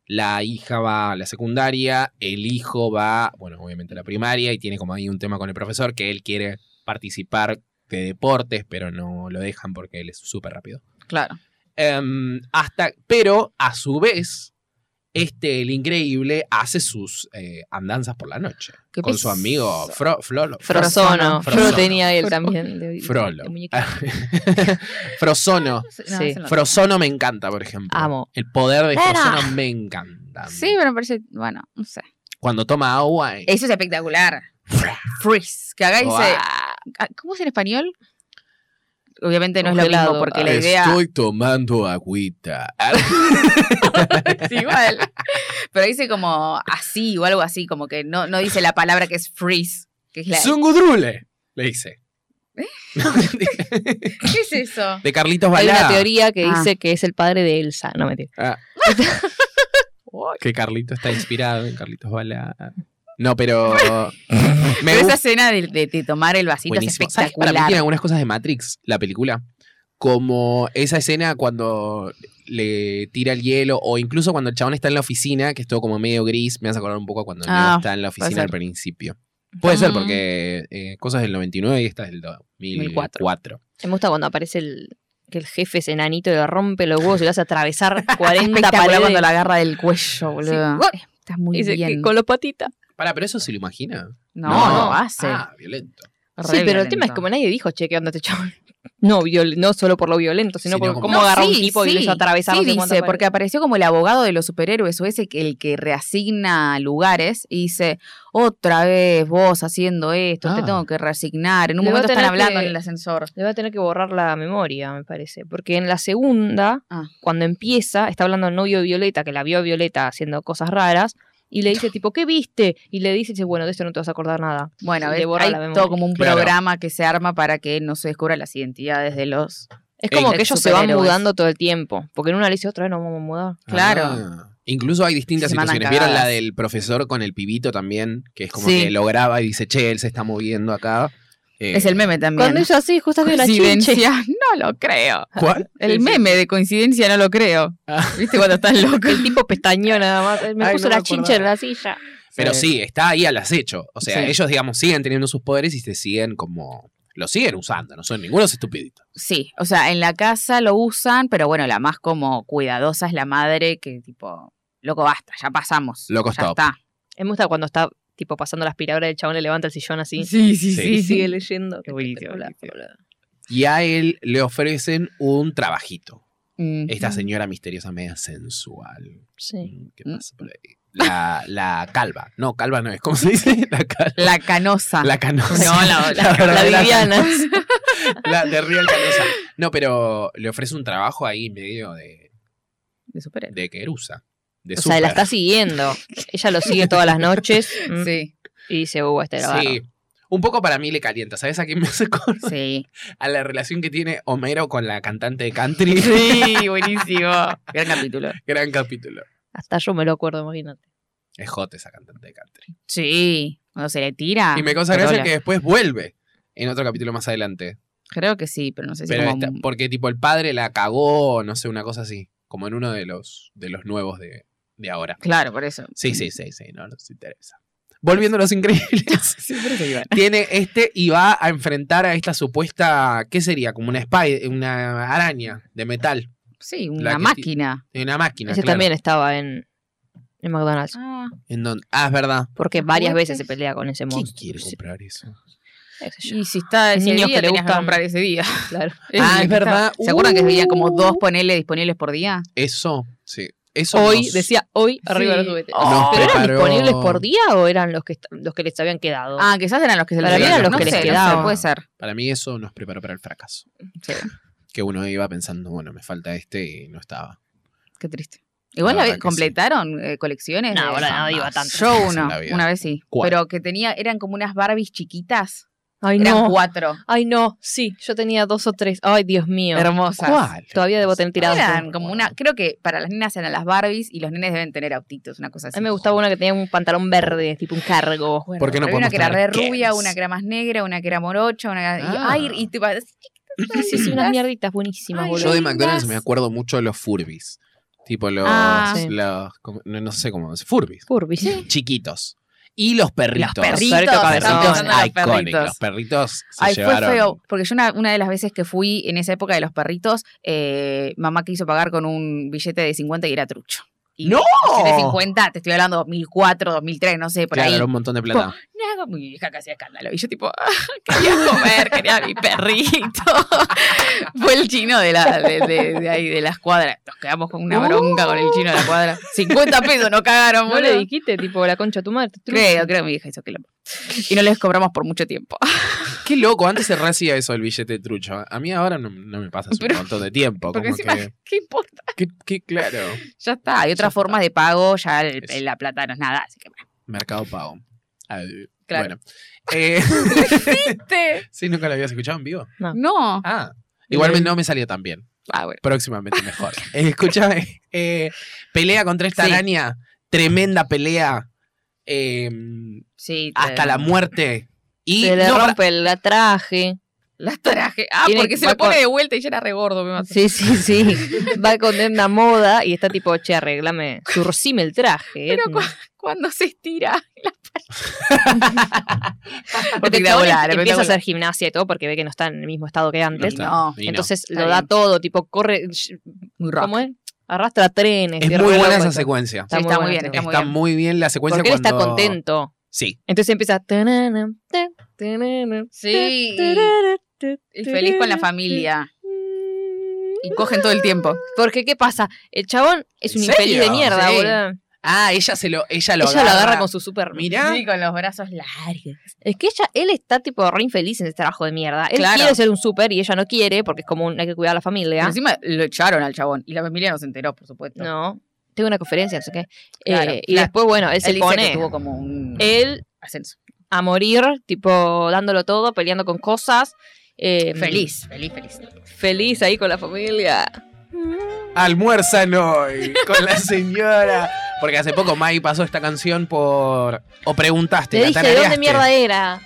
Speaker 1: La hija va a la secundaria, el hijo va, bueno, obviamente a la primaria y tiene como ahí un tema con el profesor que él quiere participar de deportes, pero no lo dejan porque él es súper rápido.
Speaker 3: Claro.
Speaker 1: Em, hasta, pero a su vez, este, el increíble, hace sus eh, andanzas por la noche
Speaker 3: Qué
Speaker 1: con su amigo
Speaker 3: pes-
Speaker 1: Fro- Flolo.
Speaker 2: Frozono.
Speaker 3: Frozono.
Speaker 2: Fro tenía él
Speaker 3: Frozono.
Speaker 2: también. de-
Speaker 1: Frollo.
Speaker 2: de muñequito.
Speaker 1: Frozono.
Speaker 3: No,
Speaker 2: Sí.
Speaker 3: se nota.
Speaker 1: Frozono me encanta, por ejemplo.
Speaker 2: Amo.
Speaker 1: El poder de
Speaker 2: Era.
Speaker 1: Frozono me encanta.
Speaker 3: Sí, pero me parece, bueno, no sé.
Speaker 1: Cuando toma agua. eh,
Speaker 3: Eso es espectacular. Freeze. Que acá dice,
Speaker 1: Guau.
Speaker 3: ah, ¿cómo es en español? Obviamente no es
Speaker 2: Congelado.
Speaker 3: lo mismo porque
Speaker 1: Ah,
Speaker 3: la idea
Speaker 1: Estoy tomando agüita.
Speaker 3: es igual. Pero dice como así o algo así, como que no, no dice la palabra que es freeze. Que es la-
Speaker 1: Zungudrule, le dice.
Speaker 3: ¿Qué es eso?
Speaker 1: De Carlitos
Speaker 2: Hay
Speaker 1: Balá.
Speaker 2: una teoría que
Speaker 3: Ah.
Speaker 2: dice que es el padre de Elsa. No, mentira.
Speaker 1: Ah. que Carlito está inspirado en Carlitos Balá. No, pero me
Speaker 3: Pero esa
Speaker 1: gusta
Speaker 3: escena de, de- de tomar el vasito
Speaker 1: buenísimo.
Speaker 3: es
Speaker 1: ¿Sabes que Para mí
Speaker 3: espectacular.
Speaker 1: tiene algunas cosas de Matrix, la película. Como esa escena cuando le tira el hielo, o incluso cuando el chabón está en la oficina, que es todo como medio gris, me hace acordar un poco cuando el
Speaker 3: Ah,
Speaker 1: Neo está en la oficina
Speaker 3: ser.
Speaker 1: al principio. Puede ser,
Speaker 3: Mm.
Speaker 1: porque eh, cosas del 99 y esta es del 2004.
Speaker 2: Me gusta cuando aparece el que el jefe es enanito y le rompe los huevos y lo hace atravesar 40
Speaker 3: espectacular
Speaker 2: paredes.
Speaker 3: cuando la agarra del cuello, boludo.
Speaker 2: ¡guau!
Speaker 3: Está muy
Speaker 2: Dice que
Speaker 3: bien.
Speaker 2: con los patitas.
Speaker 1: Para, pero eso se lo imagina.
Speaker 3: No, no,
Speaker 1: no.
Speaker 3: hace.
Speaker 1: Ah, violento.
Speaker 2: Sí,
Speaker 3: Re
Speaker 2: pero el
Speaker 3: violento.
Speaker 2: tema es como nadie dijo, che, ¿qué onda este chabón? No, viol- no solo por lo violento, sino,
Speaker 1: Sino
Speaker 2: por
Speaker 1: como-
Speaker 2: cómo
Speaker 1: No,
Speaker 2: agarra un
Speaker 3: sí,
Speaker 2: tipo y
Speaker 3: sí.
Speaker 2: lo hizo atravesar.
Speaker 3: Sí,
Speaker 2: no sé cuántas
Speaker 3: dice, porque
Speaker 2: paredes.
Speaker 3: apareció como el abogado de los superhéroes, o ese que- el que reasigna lugares, y dice, otra vez vos haciendo esto, te
Speaker 1: Ah.
Speaker 3: tengo que reasignar. En un
Speaker 2: Le va a
Speaker 3: momento están
Speaker 2: tener
Speaker 3: hablando
Speaker 2: que-
Speaker 3: en el ascensor.
Speaker 2: Le va a tener que borrar la memoria, me parece. Porque en la segunda,
Speaker 3: Ah.
Speaker 2: cuando empieza, está hablando el novio de Violeta, que la vio a Violeta haciendo cosas raras, y le dice, tipo, ¿qué viste? Y le dice, dice, bueno, de esto no te vas a acordar nada.
Speaker 3: Bueno,
Speaker 2: Le
Speaker 3: ves,
Speaker 2: borra la
Speaker 3: hay
Speaker 2: memoria.
Speaker 3: todo como un
Speaker 1: Claro.
Speaker 3: programa que se arma para que no se descubran las identidades de los...
Speaker 2: Es como
Speaker 3: Ey,
Speaker 2: que ellos se van
Speaker 3: superhéroes.
Speaker 2: mudando todo el tiempo. Porque en una le dice, otra vez nos vamos a mudar.
Speaker 3: Claro.
Speaker 1: Ah. Incluso hay distintas
Speaker 3: Se mandan
Speaker 1: situaciones. ¿Vieron la
Speaker 3: cagadas.
Speaker 1: del profesor con el pibito también? Que es como
Speaker 3: Sí.
Speaker 1: que lo graba y dice, che, él se está moviendo acá. Eh,
Speaker 3: Es el meme también.
Speaker 2: Cuando hizo así, justo de la chinche.
Speaker 3: Coincidencia, no lo creo.
Speaker 1: ¿Cuál?
Speaker 3: El
Speaker 2: Sí, sí.
Speaker 3: meme de coincidencia no lo creo.
Speaker 1: Ah.
Speaker 3: ¿Viste cuando estás loco?
Speaker 2: El tipo pestañó nada más. Me
Speaker 1: Ay,
Speaker 2: puso
Speaker 1: no me
Speaker 2: la chinche en la silla.
Speaker 1: Pero sí, está ahí al acecho. O sea,
Speaker 3: Sí.
Speaker 1: ellos, digamos, siguen teniendo sus poderes y se siguen como. Lo siguen usando, no son ningunos estupiditos.
Speaker 3: Sí, o sea, en la casa lo usan, pero bueno, la más como cuidadosa es la madre que tipo, loco, basta, ya pasamos.
Speaker 1: Loco,
Speaker 3: ya
Speaker 1: stop.
Speaker 3: está.
Speaker 2: A mí Me gusta cuando está, tipo, pasando la aspiradora del chabón, le levanta el sillón así.
Speaker 3: Sí, sí,
Speaker 1: Sí.
Speaker 2: Y sigue leyendo.
Speaker 3: Qué buenísimo,
Speaker 2: Espectacular,
Speaker 3: buenísimo.
Speaker 2: boludo.
Speaker 1: Y a él le ofrecen un trabajito.
Speaker 3: Mm.
Speaker 1: Esta señora misteriosa media sensual.
Speaker 2: Sí.
Speaker 1: Mm, ¿Qué pasa por ahí? La, la calva. No, calva no es. ¿Cómo se dice? La calva.
Speaker 3: La canosa.
Speaker 1: La canosa.
Speaker 3: No, la- la-
Speaker 2: La
Speaker 1: verdadera
Speaker 2: Viviana.
Speaker 1: La de Real Canosa. No, pero le ofrece un trabajo ahí medio de,
Speaker 3: De superhéroe.
Speaker 1: de querusa. De
Speaker 2: O sea, la
Speaker 1: súper.
Speaker 2: está siguiendo. Ella lo sigue todas las noches. mm,
Speaker 3: Sí,
Speaker 2: Y dice, uh, este la
Speaker 1: Sí. Un poco para mí le calienta. ¿Sabes a quién me hace acordar?
Speaker 3: sí.
Speaker 1: A la relación que tiene Homero con la cantante de country.
Speaker 3: Sí, buenísimo. Gran capítulo.
Speaker 1: Gran capítulo.
Speaker 2: Hasta yo me lo acuerdo, imagínate.
Speaker 1: Es hot esa cantante de country.
Speaker 3: Sí, cuando se le tira.
Speaker 2: Ah,
Speaker 1: y me causa
Speaker 3: pero
Speaker 1: gracia
Speaker 3: hola.
Speaker 1: que después vuelve en otro capítulo más adelante.
Speaker 3: Creo que sí, pero no sé si
Speaker 1: Pero
Speaker 3: como...
Speaker 1: esta- porque tipo el padre la cagó, no sé, una cosa así. Como en uno de los, de los nuevos de, de ahora.
Speaker 3: Claro, por eso.
Speaker 1: Sí, sí, sí, sí, no nos interesa. Volviendo a los increíbles.
Speaker 3: Sí, por eso iba.
Speaker 1: tiene este y va a enfrentar a esta supuesta, ¿qué sería? Como una spy, una araña de metal,
Speaker 3: Sí,
Speaker 1: La
Speaker 3: una
Speaker 1: que ti-
Speaker 3: máquina.
Speaker 1: de una máquina,
Speaker 2: Ese
Speaker 1: claro.
Speaker 2: también estaba en, en McDonald's.
Speaker 3: Ah,
Speaker 1: En donde, ah, es verdad.
Speaker 2: Porque varias
Speaker 3: juguetes?
Speaker 2: veces se pelea con ese
Speaker 1: ¿Quién
Speaker 2: monstruo.
Speaker 1: quiere
Speaker 2: Sí,
Speaker 1: comprar eso?
Speaker 2: qué sé yo.
Speaker 3: y si está ese
Speaker 2: Niños
Speaker 3: día,
Speaker 2: que le
Speaker 3: tenías
Speaker 2: gustan-
Speaker 3: comprar ese día.
Speaker 2: Claro.
Speaker 1: Ah, es
Speaker 3: Está-
Speaker 1: verdad.
Speaker 3: ¿Se acuerdan que había como
Speaker 1: Uh.
Speaker 3: dos poneles disponibles por día?
Speaker 1: Eso, sí. Eso
Speaker 2: Hoy,
Speaker 1: nos-
Speaker 2: decía hoy, arriba
Speaker 3: Sí.
Speaker 2: los juguetes.
Speaker 1: Nos
Speaker 2: ¿Pero eran
Speaker 1: preparó-
Speaker 2: disponibles por día o eran los que, est- los que les habían quedado?
Speaker 3: Ah, quizás eran los que se
Speaker 2: Para
Speaker 3: les
Speaker 1: mí eran
Speaker 3: quedaban,
Speaker 1: los que les
Speaker 3: sé, sé,
Speaker 1: quedaban.
Speaker 3: puede ser.
Speaker 1: Para mí eso nos preparó para el fracaso. Que uno iba pensando, bueno, me falta este y no estaba.
Speaker 3: Qué triste. Igual
Speaker 1: La
Speaker 3: la
Speaker 1: verdad que
Speaker 3: completaron eh, colecciones.
Speaker 2: No,
Speaker 3: de-
Speaker 2: boludo, no
Speaker 1: jamás.
Speaker 2: iba tanto.
Speaker 3: Yo
Speaker 1: Jamás en
Speaker 3: uno,
Speaker 1: la vida.
Speaker 3: una vez sí.
Speaker 1: ¿Cuál?
Speaker 3: Pero que tenía, eran como unas Barbies chiquitas.
Speaker 2: Ay,
Speaker 3: Eran
Speaker 2: no.
Speaker 3: cuatro.
Speaker 2: Ay, no. Sí, yo tenía dos o tres. Ay, Dios mío.
Speaker 3: Hermosas.
Speaker 1: ¿Cuál?
Speaker 2: Todavía debo tener tirado.
Speaker 3: Eran como una, creo que para las nenas eran las Barbies y los nenes deben tener autitos, una cosa así.
Speaker 2: A mí me gustaba una que tenía un pantalón verde, tipo un cargo.
Speaker 1: ¿Por qué no
Speaker 3: Había una
Speaker 1: podemos
Speaker 3: que era re
Speaker 1: tener
Speaker 3: rubia,
Speaker 1: Kens?
Speaker 3: una que era más negra, una que era morocha, una y-
Speaker 1: Ah.
Speaker 3: ay, y te vas-
Speaker 2: Sí, sí, unas mierditas buenísimas,
Speaker 3: Ay,
Speaker 2: boludo.
Speaker 1: Yo de McDonald's me
Speaker 3: Lindas.
Speaker 1: acuerdo mucho de los Furbis. Tipo los.
Speaker 3: Ah.
Speaker 2: Sí.
Speaker 1: los- como- no, no sé cómo. Furbis.
Speaker 2: Furby, sí.
Speaker 1: Chiquitos. Y los perritos.
Speaker 2: perritos,
Speaker 1: Los perritos
Speaker 2: estamos hablando de
Speaker 1: icónicos. Los perritos se
Speaker 3: Ay,
Speaker 1: llevaron.
Speaker 3: fue feo, porque yo una, una de las veces que fui en esa época de los perritos, eh, mamá quiso pagar con un billete de 50 y era trucho. Y
Speaker 1: ¡No!
Speaker 3: 750, te estoy hablando 2004, 2003, no sé, por
Speaker 1: Claro,
Speaker 3: ahí.
Speaker 1: era un montón de plata.
Speaker 3: Nada, mi vieja que hacía escándalo. Y yo tipo, ah, quería comer, quería mi perrito. Fue el chino de, la, de, de- de ahí, de las cuadras. Nos quedamos con una bronca con el chino de la cuadra. 50 pesos nos cagaron,
Speaker 2: No le
Speaker 3: boludo.
Speaker 2: dijiste, tipo, la concha a tu madre. te truco.
Speaker 3: Creo, creo que mi vieja hizo quilombo. Y no les cobramos por mucho tiempo.
Speaker 1: Qué loco, antes se re hacía eso el billete trucho. A mí ahora no, no me pasa hace
Speaker 3: Pero-
Speaker 1: un montón de tiempo.
Speaker 3: Porque
Speaker 1: como
Speaker 3: encima,
Speaker 1: que,
Speaker 3: ¿qué importa?
Speaker 1: que- que, claro.
Speaker 3: Ya está. Hay otras
Speaker 1: está.
Speaker 3: formas de pago, ya el-
Speaker 1: Es-
Speaker 3: la plata no es nada. Así que, bueno,
Speaker 1: Mercado pago. Ah,
Speaker 3: claro.
Speaker 1: Bueno. Eh,
Speaker 3: Te-
Speaker 1: sí, nunca lo habías escuchado en vivo.
Speaker 3: Este, No.
Speaker 1: Ah. Igual me- no me salía tan bien.
Speaker 3: Ah, bueno.
Speaker 1: Próximamente mejor. Eh, escúchame. eh, pelea contra esta
Speaker 3: Sí.
Speaker 1: araña. Tremenda pelea. eh,
Speaker 3: Sí. eh, te-
Speaker 1: hasta la muerte. Y
Speaker 2: Se le
Speaker 1: no,
Speaker 2: rompe el la traje.
Speaker 3: Las traje. Ah,
Speaker 2: Tiene-
Speaker 3: porque se
Speaker 2: va
Speaker 3: lo pone
Speaker 2: con-
Speaker 3: de vuelta y ya era regordo. Me mató.
Speaker 2: Sí, sí, sí. Va con una moda y está tipo, che, arreglame, surcime el traje. eh".
Speaker 3: Pero cua- cuando se estira.
Speaker 2: Porque el
Speaker 3: Espectacular,
Speaker 2: chabón em- empieza a
Speaker 3: espectacular.
Speaker 2: hacer gimnasia y todo porque ve que no está en el mismo estado que antes.
Speaker 1: está.
Speaker 3: No,
Speaker 1: Y no.
Speaker 2: Entonces
Speaker 3: Está
Speaker 2: lo da
Speaker 3: bien.
Speaker 2: todo, tipo, corre. sh-
Speaker 3: Muy
Speaker 2: ¿Cómo es? Arrastra trenes.
Speaker 1: es
Speaker 2: y
Speaker 1: muy buena
Speaker 2: arregla
Speaker 1: esa
Speaker 2: cosas.
Speaker 1: secuencia.
Speaker 2: Está
Speaker 3: Sí,
Speaker 2: muy
Speaker 3: está muy
Speaker 2: buena
Speaker 3: bien,
Speaker 2: esa
Speaker 3: está muy
Speaker 1: Está muy bien la secuencia
Speaker 2: Porque él está
Speaker 1: cuando-
Speaker 2: contento.
Speaker 1: Sí.
Speaker 2: Entonces empieza. tananam, ta, tananam,
Speaker 3: Sí.
Speaker 2: tarara, ta,
Speaker 3: Y feliz con la familia. Y cogen todo el tiempo.
Speaker 2: Porque, ¿qué pasa? El chabón es
Speaker 1: ¿En
Speaker 2: un
Speaker 1: serio?
Speaker 2: infeliz de mierda,
Speaker 3: Sí.
Speaker 2: boludo.
Speaker 1: Ah, ella se lo, ella lo
Speaker 2: Ella
Speaker 1: agarra.
Speaker 2: lo agarra con su super.
Speaker 1: Mirá.
Speaker 3: Sí, con los brazos largos.
Speaker 2: Es que ella, él está tipo re infeliz en ese trabajo de mierda. Él
Speaker 3: Claro.
Speaker 2: quiere ser un super y ella no quiere porque es como un- hay que cuidar a la familia.
Speaker 3: Encima lo echaron al chabón. Y la familia no se enteró, por supuesto.
Speaker 2: No, tengo una conferencia, no sé qué.
Speaker 3: Claro,
Speaker 2: Eh, Y
Speaker 3: claro.
Speaker 2: después, bueno, él,
Speaker 3: Él
Speaker 2: se
Speaker 3: dice
Speaker 2: pone. Eh,
Speaker 3: que tuvo como un
Speaker 2: Él
Speaker 3: ascenso.
Speaker 2: a morir, tipo dándolo todo, peleando con cosas. eh,
Speaker 3: Feliz, Mm. feliz, feliz.
Speaker 2: Feliz ahí con la familia.
Speaker 1: Almuerzan hoy con la señora. Porque hace poco Mai pasó esta canción por. O preguntaste,
Speaker 2: Te
Speaker 1: la
Speaker 2: dije, ¿de
Speaker 1: tarareaste".
Speaker 2: dónde mierda era?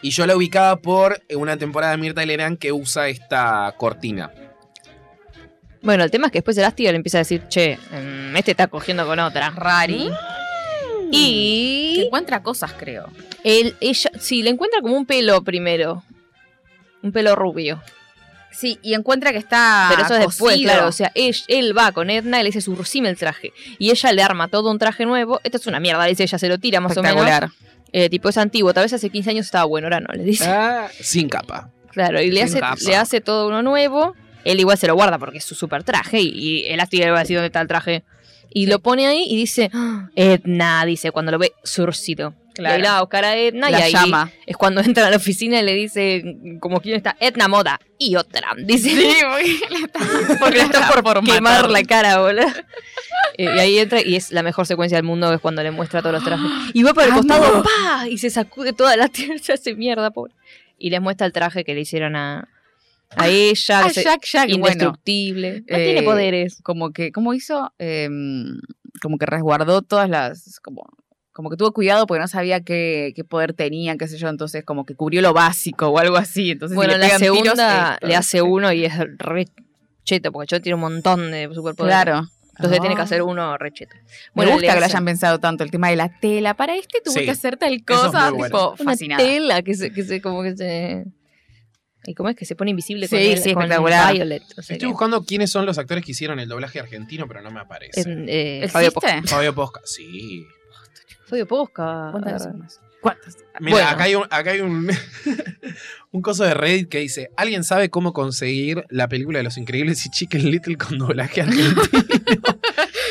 Speaker 1: Y yo la ubicaba por eh, una temporada de Mirta Legrand que usa esta cortina.
Speaker 2: Bueno, el tema es que después el ástigo le empieza a decir, che, mm, este está cogiendo con otra.
Speaker 3: Rari. Que
Speaker 2: Y
Speaker 3: Mm. encuentra cosas, creo.
Speaker 2: él, ella, sí, le encuentra como un pelo primero. Un pelo rubio.
Speaker 3: Sí, y encuentra que está.
Speaker 2: Pero eso es después,
Speaker 3: Ah, cosido.
Speaker 2: claro. O sea, él, él va con Edna y le dice, surcime el traje. Y ella le arma todo un traje nuevo. Esto es una mierda, le dice, ella se lo tira más o menos.
Speaker 3: espectacular.
Speaker 2: Eh, tipo, es antiguo. Tal vez hace 15 años estaba bueno, ahora no, le dice.
Speaker 1: Ah, Sin capa.
Speaker 2: Claro, y le
Speaker 1: Qué
Speaker 2: hace,
Speaker 1: capo.
Speaker 2: le hace todo uno nunuevo. Él igual se lo guarda porque es su super traje. Y, y el ástigo le va a decir dónde está el traje. Y lo pone ahí y dice, "Ah, Edna, dice, cuando lo ve surcido.
Speaker 3: Claro.
Speaker 2: Y ahí la va a buscar a Edna y
Speaker 3: la
Speaker 2: ahí
Speaker 3: llama.
Speaker 2: es cuando entra a la oficina y le dice, como quién está, Edna Moda. Y otra, dice.
Speaker 3: Porque la está por, por
Speaker 2: quemar
Speaker 3: matar.
Speaker 2: la cara, boludo. Eh, y ahí entra y es la mejor secuencia del mundo, es cuando le muestra todos los trajes. Y va para el
Speaker 3: Ah,
Speaker 2: costado,
Speaker 3: no.
Speaker 2: ¡pa! Y se sacude toda la tierra, se hace mierda, pobre. Y les muestra el traje que le hicieron a, a ella,
Speaker 3: Ah,
Speaker 2: que se-
Speaker 3: Jack, Jack, y bueno.
Speaker 2: indestructible. no
Speaker 3: eh,
Speaker 2: tiene poderes.
Speaker 3: como que, ¿cómo hizo? Eh, como que resguardó todas las, como, como que tuvo cuidado porque no sabía qué, qué poder tenía, qué sé yo, entonces como que cubrió lo básico o algo así. Entonces, si
Speaker 2: Bueno,
Speaker 3: le
Speaker 2: en la
Speaker 3: pegan tiros,
Speaker 2: segunda
Speaker 3: esto, este
Speaker 2: le hace
Speaker 3: sí.
Speaker 2: uno y es re cheto, porque yo tiene un montón de superpoderes.
Speaker 3: Claro.
Speaker 2: Entonces
Speaker 3: Ah.
Speaker 2: tiene que hacer uno re cheto.
Speaker 3: Me
Speaker 2: Bueno,
Speaker 3: gusta
Speaker 2: le
Speaker 3: que lo
Speaker 2: hace
Speaker 3: hayan pensado tanto, el tema de la tela. Para este tuve
Speaker 1: Sí.
Speaker 3: que hacer tal
Speaker 1: es
Speaker 3: cosa,
Speaker 1: muy bueno.
Speaker 3: tipo,
Speaker 2: Una
Speaker 3: fascinada.
Speaker 2: tela que se, que se, como que se... ¿Y cómo es que se pone invisible con,
Speaker 3: Sí,
Speaker 2: el,
Speaker 3: sí,
Speaker 2: con
Speaker 3: espectacular.
Speaker 2: Violet? O sea
Speaker 1: Estoy
Speaker 2: que-
Speaker 1: buscando quiénes son los actores que hicieron el doblaje argentino, pero no me aparece.
Speaker 2: En, eh,
Speaker 3: ¿Existe?
Speaker 2: Fabio Posca.
Speaker 1: Fabio Posca, sí.
Speaker 2: Fabio Posca.
Speaker 3: ¿Cuántas
Speaker 2: Ah,
Speaker 3: más? ¿Cuántas?
Speaker 1: Mira,
Speaker 2: Bueno.
Speaker 1: acá hay un, acá hay un, un coso de Reddit que dice: ¿Alguien sabe cómo conseguir la película de Los Increíbles y Chicken Little con doblaje argentino?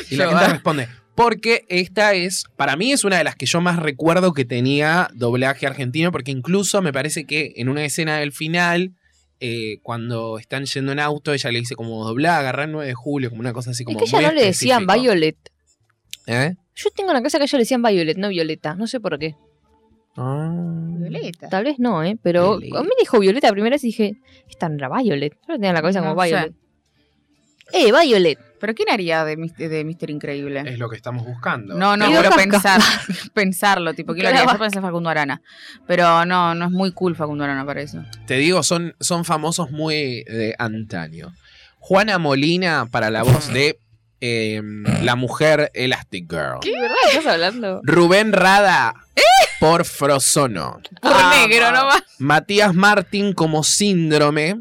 Speaker 1: y la
Speaker 3: Yo,
Speaker 1: gente
Speaker 3: ah.
Speaker 1: responde: Porque esta es, para mí, es una de las que yo más recuerdo que tenía doblaje argentino, porque incluso me parece que en una escena del final. eh, cuando están yendo en auto, ella le dice como doblá, agarrá el 9 de julio, como una cosa así
Speaker 2: Es
Speaker 1: como.
Speaker 2: que ella
Speaker 1: muy
Speaker 2: no le decían
Speaker 1: específico.
Speaker 2: Violet.
Speaker 1: ¿Eh?
Speaker 2: Yo tengo una casa que a ella le decían Violet, no Violeta. No sé por qué.
Speaker 1: Ah.
Speaker 3: Violeta.
Speaker 2: Tal vez no, ¿eh? Pero
Speaker 1: Violeta.
Speaker 2: a mí dijo Violeta la primera vez y dije, esta no era Violet. Yo la tenía en la cabeza
Speaker 3: No
Speaker 2: como
Speaker 3: sé.
Speaker 2: Violet. ¡Eh, Violet!
Speaker 3: ¿Pero quién haría de, Mis- de Mister Increíble?
Speaker 1: Es lo que estamos buscando.
Speaker 3: No, no,
Speaker 2: Y
Speaker 3: pero
Speaker 2: dos
Speaker 3: pensar, pensarlo, tipo, quiero
Speaker 2: Claro.
Speaker 3: que yo pensé Facundo Arana. Pero no, no es muy cool Facundo Arana para eso.
Speaker 1: Te digo, son, son famosos muy de antaño. Juana Molina para la voz de eh, la mujer Elastic Girl.
Speaker 2: ¿Qué? ¿Verdad? ¿Estás hablando?
Speaker 1: Rubén Rada por Frozono.
Speaker 3: Por
Speaker 2: Ah,
Speaker 3: negro
Speaker 2: ma.
Speaker 3: nomás.
Speaker 1: Matías Martín como Síndrome.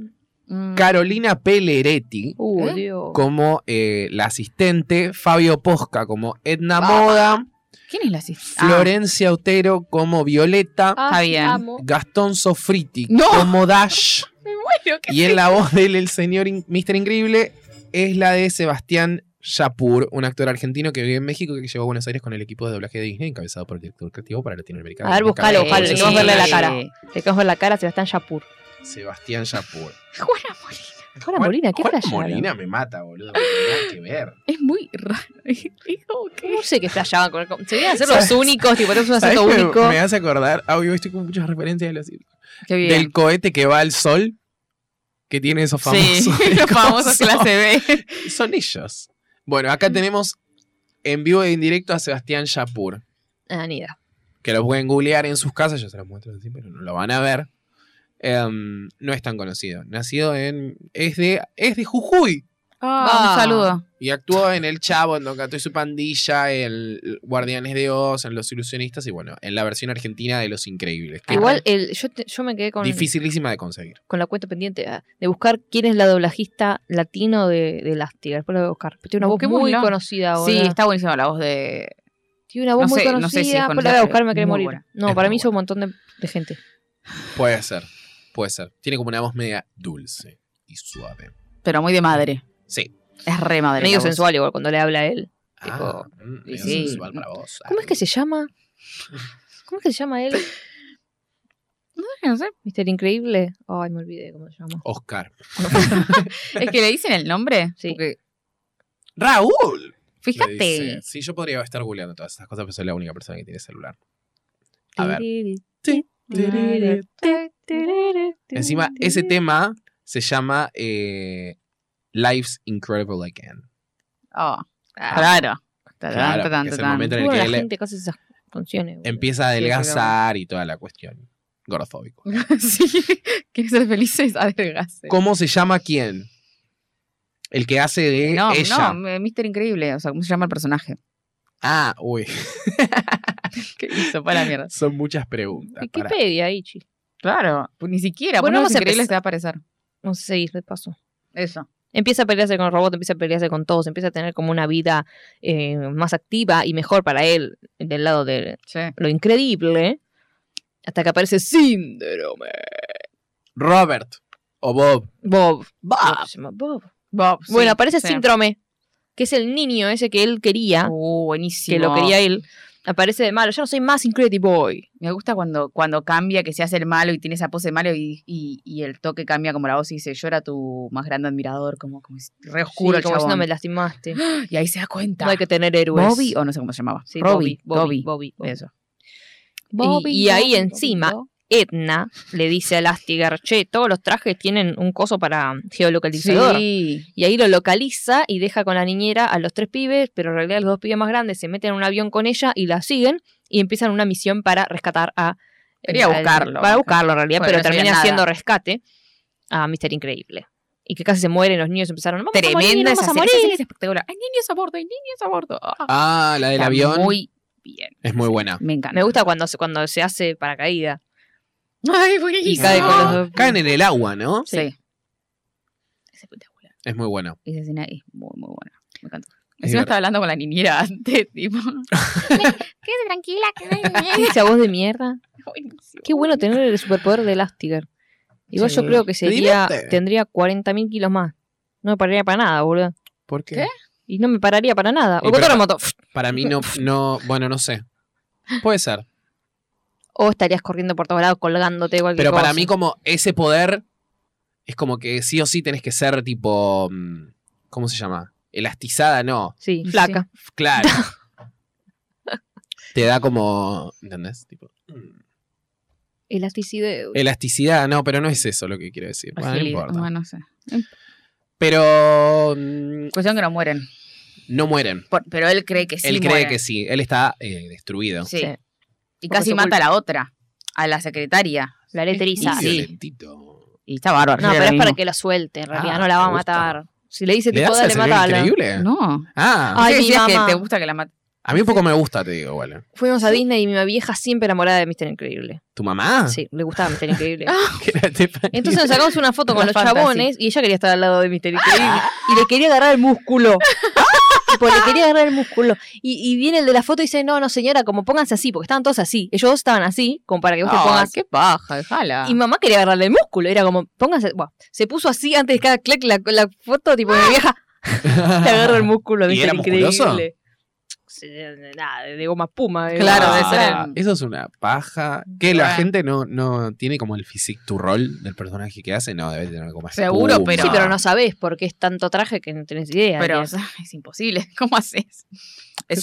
Speaker 3: Mm.
Speaker 1: Carolina Pelleretti
Speaker 2: Uh,
Speaker 3: ¿Eh?
Speaker 2: Dios.
Speaker 1: como eh, la asistente, Fabio Posca como Edna
Speaker 3: Vamos.
Speaker 1: Moda,
Speaker 3: ¿Quién es la Ah, asistente?
Speaker 1: Florencia Otero como Violeta,
Speaker 2: Ah,
Speaker 3: Está bien.
Speaker 2: amo.
Speaker 1: Gastón Sofriti
Speaker 3: No.
Speaker 1: como Dash.
Speaker 2: Me muero, ¿qué
Speaker 1: Y en la voz del el señor In- Mr. Increíble es la de Sebastián Yapur, un actor argentino que vive en México que llegó a Buenos Aires con el equipo de doblaje de Disney, encabezado por el director creativo para Latinoamérica.
Speaker 2: A ver, buscalo,
Speaker 3: eh,
Speaker 1: Ricardo
Speaker 2: buscalo,
Speaker 1: José
Speaker 2: le vamos a verle la
Speaker 1: Sebastián-
Speaker 2: cara. Te cojo la cara, Sebastián Yapur.
Speaker 1: Sebastián Yapur.
Speaker 3: Juana Molina.
Speaker 2: Juana Molina, qué
Speaker 1: Juana
Speaker 2: flashada.
Speaker 1: Molina me mata, boludo. porque Nada que ver.
Speaker 3: Es muy raro. Es como que-
Speaker 2: No sé qué flashaban con el... Se debían hacer los
Speaker 1: ¿Sabes?
Speaker 2: únicos, tipo, tenemos un
Speaker 1: ¿Sabes
Speaker 2: acento
Speaker 1: qué me-
Speaker 2: único.
Speaker 1: Me hace acordar, ah, yo estoy con muchas referencias de los
Speaker 3: Qué bien.
Speaker 1: del cohete que va al sol que tiene esos famosos.
Speaker 3: sí, los famosos
Speaker 1: cosos.
Speaker 3: clase B.
Speaker 1: Son ellos. Bueno, acá tenemos en vivo e indirecto a Sebastián Yapur,
Speaker 2: Ah, ni idea.
Speaker 1: que lo pueden googlear en sus casas, yo se los muestro así, pero no lo van a ver. Em, no es tan conocido. Nacido en. Es de, es de Jujuy.
Speaker 3: Ah, un saludo.
Speaker 1: Y actuó en El Chavo, en Don Gato y su pandilla, en Guardianes de Oz, en Los Ilusionistas y bueno, en la versión argentina de Los Increíbles. que
Speaker 2: Igual el, yo, te- yo me quedé
Speaker 1: es
Speaker 2: Ah, con,
Speaker 1: Dificilísima de conseguir.
Speaker 2: con la cuenta pendiente ah, de buscar quién es la doblajista latino de, de Elástica. Después lo voy a buscar. Pero Tiene una voz muy
Speaker 3: Busquémosla.
Speaker 2: conocida ahora.
Speaker 3: Sí, está buenísima la voz de.
Speaker 2: Tiene una voz
Speaker 3: no
Speaker 2: muy
Speaker 3: sé-
Speaker 2: conocida.
Speaker 3: no sé si
Speaker 2: Después
Speaker 3: es
Speaker 2: la voy
Speaker 3: conocida,
Speaker 2: a buscar, me
Speaker 3: pero
Speaker 2: quiere
Speaker 3: muy
Speaker 2: morir.
Speaker 3: buena.
Speaker 2: No,
Speaker 1: Es
Speaker 2: para
Speaker 1: muy
Speaker 2: mí hizo un montón de, de gente.
Speaker 1: Puede ser, puede ser. Tiene como una voz media dulce y suave.
Speaker 3: Pero muy de madre.
Speaker 1: Sí.
Speaker 3: Es re madre. la
Speaker 2: Medio
Speaker 3: voz.
Speaker 2: sensual igual cuando le habla a él.
Speaker 1: Ah,
Speaker 2: Tipo,
Speaker 1: mm,
Speaker 3: y
Speaker 1: medio
Speaker 3: sí.
Speaker 1: sensual para vos.
Speaker 2: ¿Cómo es que se llama? ¿Cómo es que se llama él?
Speaker 3: No sé.
Speaker 2: Mister Increíble. Ay, me olvidé cómo se llama.
Speaker 1: Oscar.
Speaker 3: Es que le dicen el nombre.
Speaker 2: Sí.
Speaker 3: Porque-
Speaker 1: ¡Raúl!
Speaker 3: fíjate.
Speaker 1: Le dice. Sí, yo podría estar googleando todas esas cosas, pero soy la única persona que tiene celular. A ver. Encima, ese tema se llama eh, Life's Incredible Again.
Speaker 3: Oh,
Speaker 2: Ah.
Speaker 3: claro.
Speaker 1: Claro,
Speaker 3: Tarán,
Speaker 1: que es el
Speaker 3: tarán,
Speaker 1: momento en el
Speaker 2: Bueno,
Speaker 1: que
Speaker 2: la
Speaker 1: él
Speaker 2: gente que hace esas canciones. boludo.
Speaker 1: empieza a
Speaker 3: Sí, pero-
Speaker 1: adelgazar y toda la cuestión. Gorofóbico.
Speaker 3: tarán. sí. ¿Quieres ser felices? Adelgace.
Speaker 1: ¿Cómo se llama quién? El que hace de
Speaker 3: No,
Speaker 1: ella.
Speaker 3: no, Mister Increíble. O sea, ¿cómo se llama el personaje?
Speaker 1: Ah, uy.
Speaker 3: ¿Qué hizo? Para la mierda.
Speaker 1: Son muchas preguntas. pará.
Speaker 2: Wikipedia, Ichi.
Speaker 3: Claro, pues ni siquiera.
Speaker 2: Bueno,
Speaker 3: Bueno,
Speaker 2: vamos a
Speaker 3: increíble
Speaker 2: empezar.
Speaker 3: te va a aparecer.
Speaker 2: No sé, seguís de paso.
Speaker 3: Eso.
Speaker 2: Empieza a pelearse con el robot, empieza a pelearse con todos, empieza a tener como una vida eh, más activa y mejor para él, del lado de
Speaker 3: Che.
Speaker 2: lo increíble. Hasta que aparece Síndrome.
Speaker 1: Robert o Bob.
Speaker 2: Bob.
Speaker 1: Bob.
Speaker 2: Creo que se llama Bob.
Speaker 3: Bob. sí,
Speaker 2: Ah. bueno, aparece
Speaker 3: sí.
Speaker 2: Síndrome, que es el niño ese que él quería,
Speaker 3: Uh,
Speaker 2: que
Speaker 3: buenísimo.
Speaker 2: lo quería él. Aparece de malo. Yo no soy más Incredible Boy.
Speaker 3: Me gusta cuando, cuando cambia, que se hace el malo y tiene esa pose de malo y, y, y el toque cambia como la voz y dice, yo era tu más grande admirador, como, como es re oscuro
Speaker 2: Sí,
Speaker 3: el
Speaker 2: como diciendo,
Speaker 3: chabón.
Speaker 2: me lastimaste.
Speaker 3: Y ahí se da cuenta.
Speaker 2: No hay que tener héroes.
Speaker 3: Bobby, o no sé cómo se llamaba.
Speaker 2: Sí,
Speaker 3: Robbie,
Speaker 2: Bobby, Bobby,
Speaker 3: Bobby.
Speaker 2: Bobby, Bobby.
Speaker 3: Eso.
Speaker 2: Bobby, y ahí Bobby, encima- Bobby, Edna le dice a Lastigar, che, todos los trajes tienen un coso para geolocalizador.
Speaker 3: Sí.
Speaker 2: Y ahí lo localiza y deja con la niñera a los tres pibes, pero en realidad los dos pibes más grandes se meten en un avión con ella y la siguen y empiezan una misión para rescatar a... eh,
Speaker 3: Quería
Speaker 2: al-
Speaker 3: buscarlo.
Speaker 2: Para buscarlo en realidad,
Speaker 3: Bueno,
Speaker 2: pero
Speaker 3: no sabía
Speaker 2: termina
Speaker 3: nada.
Speaker 2: haciendo rescate a Mister Increíble. Y que casi se mueren, los niños empezaron, vamos a morir,
Speaker 3: Tremenda
Speaker 2: vamos
Speaker 3: esa
Speaker 2: a
Speaker 3: serie. Esa serie
Speaker 2: morir.
Speaker 3: es espectacular. Hay niños a bordo, hay niños a bordo. Ah,
Speaker 1: Ah, la del
Speaker 3: está
Speaker 1: avión.
Speaker 3: Muy bien.
Speaker 1: Es muy buena.
Speaker 3: Me encanta.
Speaker 2: Me gusta cuando se, cuando se hace paracaída.
Speaker 3: Ay,
Speaker 2: Y
Speaker 3: buenísimo.
Speaker 2: cae con los dos.
Speaker 1: Caen en el agua, ¿no?
Speaker 3: Sí. Es espectacular.
Speaker 1: Es muy bueno.
Speaker 3: Esa escena es muy, muy buena. Me encantó.
Speaker 1: Es
Speaker 3: Encima
Speaker 1: divertido.
Speaker 3: estaba hablando con la niñera antes, tipo. Quédese tranquila, que no hay niñera.
Speaker 2: Esa voz de mierda.
Speaker 3: Buenísimo.
Speaker 2: Qué bueno tener el superpoder de Elastigar. Igual yo
Speaker 3: Sí.
Speaker 2: creo que sería,
Speaker 1: divierte?
Speaker 2: tendría 40.000 kilos más. No me pararía para nada, boludo.
Speaker 1: ¿Por qué?
Speaker 3: ¿Qué?
Speaker 2: Y no me pararía para nada.
Speaker 1: Y
Speaker 2: O contra
Speaker 1: pero-
Speaker 2: la moto.
Speaker 1: Para mí no, no, bueno, no sé. Puede ser.
Speaker 2: O estarías corriendo por todos lados colgándote cualquier
Speaker 1: Pero para
Speaker 2: cosa.
Speaker 1: mí como ese poder es como que sí o sí tenés que ser tipo, mm, ¿cómo se llama? Elastizada, no.
Speaker 2: Sí,
Speaker 3: Sí.
Speaker 2: flaca.
Speaker 1: Claro. Te da como, ¿entendés? Tipo, mm,
Speaker 2: Elasticidad.
Speaker 1: elasticidad, no, pero no es eso lo que quiero decir. Bueno, no
Speaker 2: Agilidad.
Speaker 1: importa.
Speaker 3: Bueno, no sé.
Speaker 1: Pero mm,
Speaker 3: Cuestión que no mueren.
Speaker 1: no mueren.
Speaker 3: Por- pero él cree que sí.
Speaker 1: Él cree
Speaker 3: mueren.
Speaker 1: que sí. Él está eh, destruido.
Speaker 3: Sí.
Speaker 2: Sí.
Speaker 3: Y
Speaker 2: Porque
Speaker 3: casi
Speaker 2: su
Speaker 3: mata a la otra, a la secretaria.
Speaker 2: La
Speaker 1: Muy
Speaker 2: leteriza.
Speaker 3: Sí.
Speaker 1: violentito.
Speaker 3: Y está bárbaro.
Speaker 2: No, pero es para que la suelte, en realidad.
Speaker 1: Ah,
Speaker 2: no la va a
Speaker 1: me gusta.
Speaker 2: matar. Si le dice
Speaker 1: ¿Le
Speaker 2: tipo,
Speaker 1: das al
Speaker 2: dale,
Speaker 1: señor
Speaker 2: matala.
Speaker 1: increíble?
Speaker 3: No.
Speaker 1: Ah,
Speaker 2: Ay,
Speaker 3: Ay,
Speaker 2: mi
Speaker 3: decías que
Speaker 2: mamá.
Speaker 3: te gusta que la mate.
Speaker 1: A mí un poco me gusta, te digo, bueno.
Speaker 2: Fuimos a Disney y mi vieja siempre enamorada de Mr. Increíble.
Speaker 1: ¿Tu mamá?
Speaker 2: Sí, le gustaba Mr. Increíble.
Speaker 1: Que era Stephanie.
Speaker 2: Entonces nos sacamos una foto con
Speaker 3: La
Speaker 2: los
Speaker 3: fantasy.
Speaker 2: chabones y ella quería estar al lado de Mr. Increíble. Y le quería agarrar el músculo. Tipo, le quería agarrar el músculo. Y, y viene el de la foto y dice, no, no señora, como pónganse así, porque estaban todos así. Ellos dos estaban así, como para que vos te
Speaker 3: Ah,
Speaker 2: pongas.
Speaker 3: qué paja, déjala.
Speaker 2: Y mamá quería agarrarle el músculo. Era como, pónganse. Buah, se puso así antes de cada clic la, la foto, tipo, mi vieja te agarra el músculo.
Speaker 1: ¿Y
Speaker 2: Mr.
Speaker 1: era musculoso?
Speaker 2: Increíble. Sí, Nada, de goma puma. de
Speaker 3: Claro,
Speaker 2: goma-
Speaker 3: debe ser
Speaker 1: Ah,
Speaker 3: el-
Speaker 1: Eso es una paja. Que la
Speaker 3: Bueno.
Speaker 1: gente no, no tiene como el physique to rol del personaje que hace. No, debe tener como más
Speaker 3: Seguro,
Speaker 1: espuma.
Speaker 3: pero-
Speaker 2: Sí, pero no sabés por qué es tanto traje que no tenés idea.
Speaker 3: Pero
Speaker 2: Ariel.
Speaker 3: o sea, es imposible. ¿Cómo haces? Es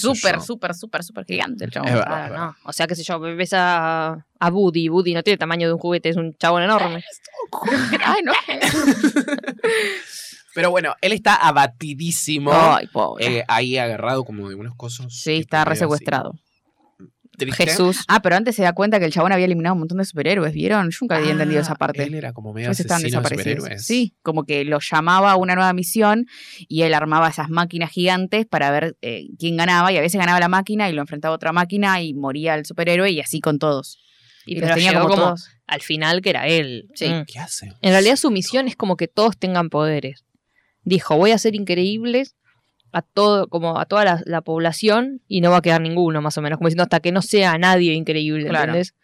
Speaker 1: sé
Speaker 3: súper,
Speaker 1: yo?
Speaker 3: súper, súper, súper gigante el chabón.
Speaker 1: Es verdad.
Speaker 2: Claro, no. O sea, qué sé yo, ves a, a Woody. Woody no tiene el tamaño de un juguete, es un chabón enorme.
Speaker 3: Ay, no.
Speaker 1: Pero bueno, él está abatidísimo.
Speaker 3: Ay, pobre.
Speaker 1: eh, ahí agarrado como de unos cosos.
Speaker 3: sí,
Speaker 1: tipo
Speaker 3: está
Speaker 1: medio
Speaker 3: resecuestrado.
Speaker 1: así. Triste.
Speaker 2: Jesús.
Speaker 3: Ah, pero antes se da cuenta que el chabón había eliminado un montón de superhéroes, ¿vieron? Yo nunca había
Speaker 1: Ah,
Speaker 3: entendido esa parte.
Speaker 1: Él era como medio
Speaker 3: Ellos estaban
Speaker 1: asesino de
Speaker 3: desaparecidos.
Speaker 1: superhéroes.
Speaker 3: Sí, como que lo llamaba a una nueva misión y él armaba esas máquinas gigantes para ver eh, quién ganaba y a veces ganaba la máquina y lo enfrentaba a otra máquina y moría el superhéroe y así con todos.
Speaker 2: Y
Speaker 3: los
Speaker 2: pero
Speaker 3: tenía
Speaker 2: llegó
Speaker 3: como
Speaker 2: como
Speaker 3: todos.
Speaker 2: al final que era él.
Speaker 3: Sí.
Speaker 2: Mm.
Speaker 1: ¿Qué hace?
Speaker 2: En realidad su misión es como que todos tengan poderes. Dijo, voy a ser increíbles a todo, como a toda la, la población y no va a quedar ninguno, más o menos. Como diciendo, hasta que no sea nadie increíble,
Speaker 3: Claro.
Speaker 2: ¿entendés?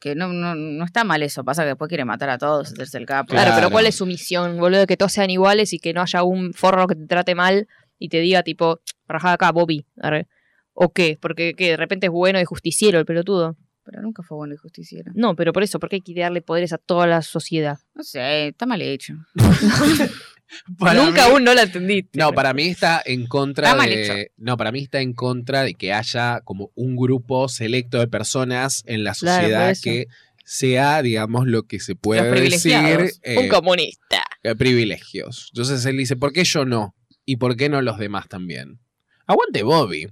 Speaker 3: Que no, no, no está mal eso, pasa que después quiere matar a todos, hacerse el capo.
Speaker 2: Claro,
Speaker 1: Claro.
Speaker 2: pero ¿cuál es su misión, boludo? Que todos sean iguales y que no haya un forro que te trate mal y te diga, tipo, rajá acá, Bobby. arre". ¿O qué? Porque ¿qué? de repente es bueno y justiciero el pelotudo.
Speaker 3: Pero nunca fue bueno y justiciero.
Speaker 2: No, pero por eso, porque hay que darle poderes a toda la sociedad.
Speaker 3: No sé, está mal hecho.
Speaker 1: Para
Speaker 2: Nunca
Speaker 1: mí-
Speaker 2: aún no la entendiste.
Speaker 1: No, para mí está en contra
Speaker 3: Está mal
Speaker 1: de. No, para mí está en contra de que haya como un grupo selecto de personas en la
Speaker 2: Claro, por
Speaker 1: sociedad
Speaker 2: eso.
Speaker 1: que sea, digamos, lo que se puede decir
Speaker 3: privilegiados.
Speaker 1: eh,
Speaker 2: Un comunista.
Speaker 1: eh, privilegios. Entonces él dice, ¿por qué yo no? ¿Y por qué no los demás también? Aguante Bobby.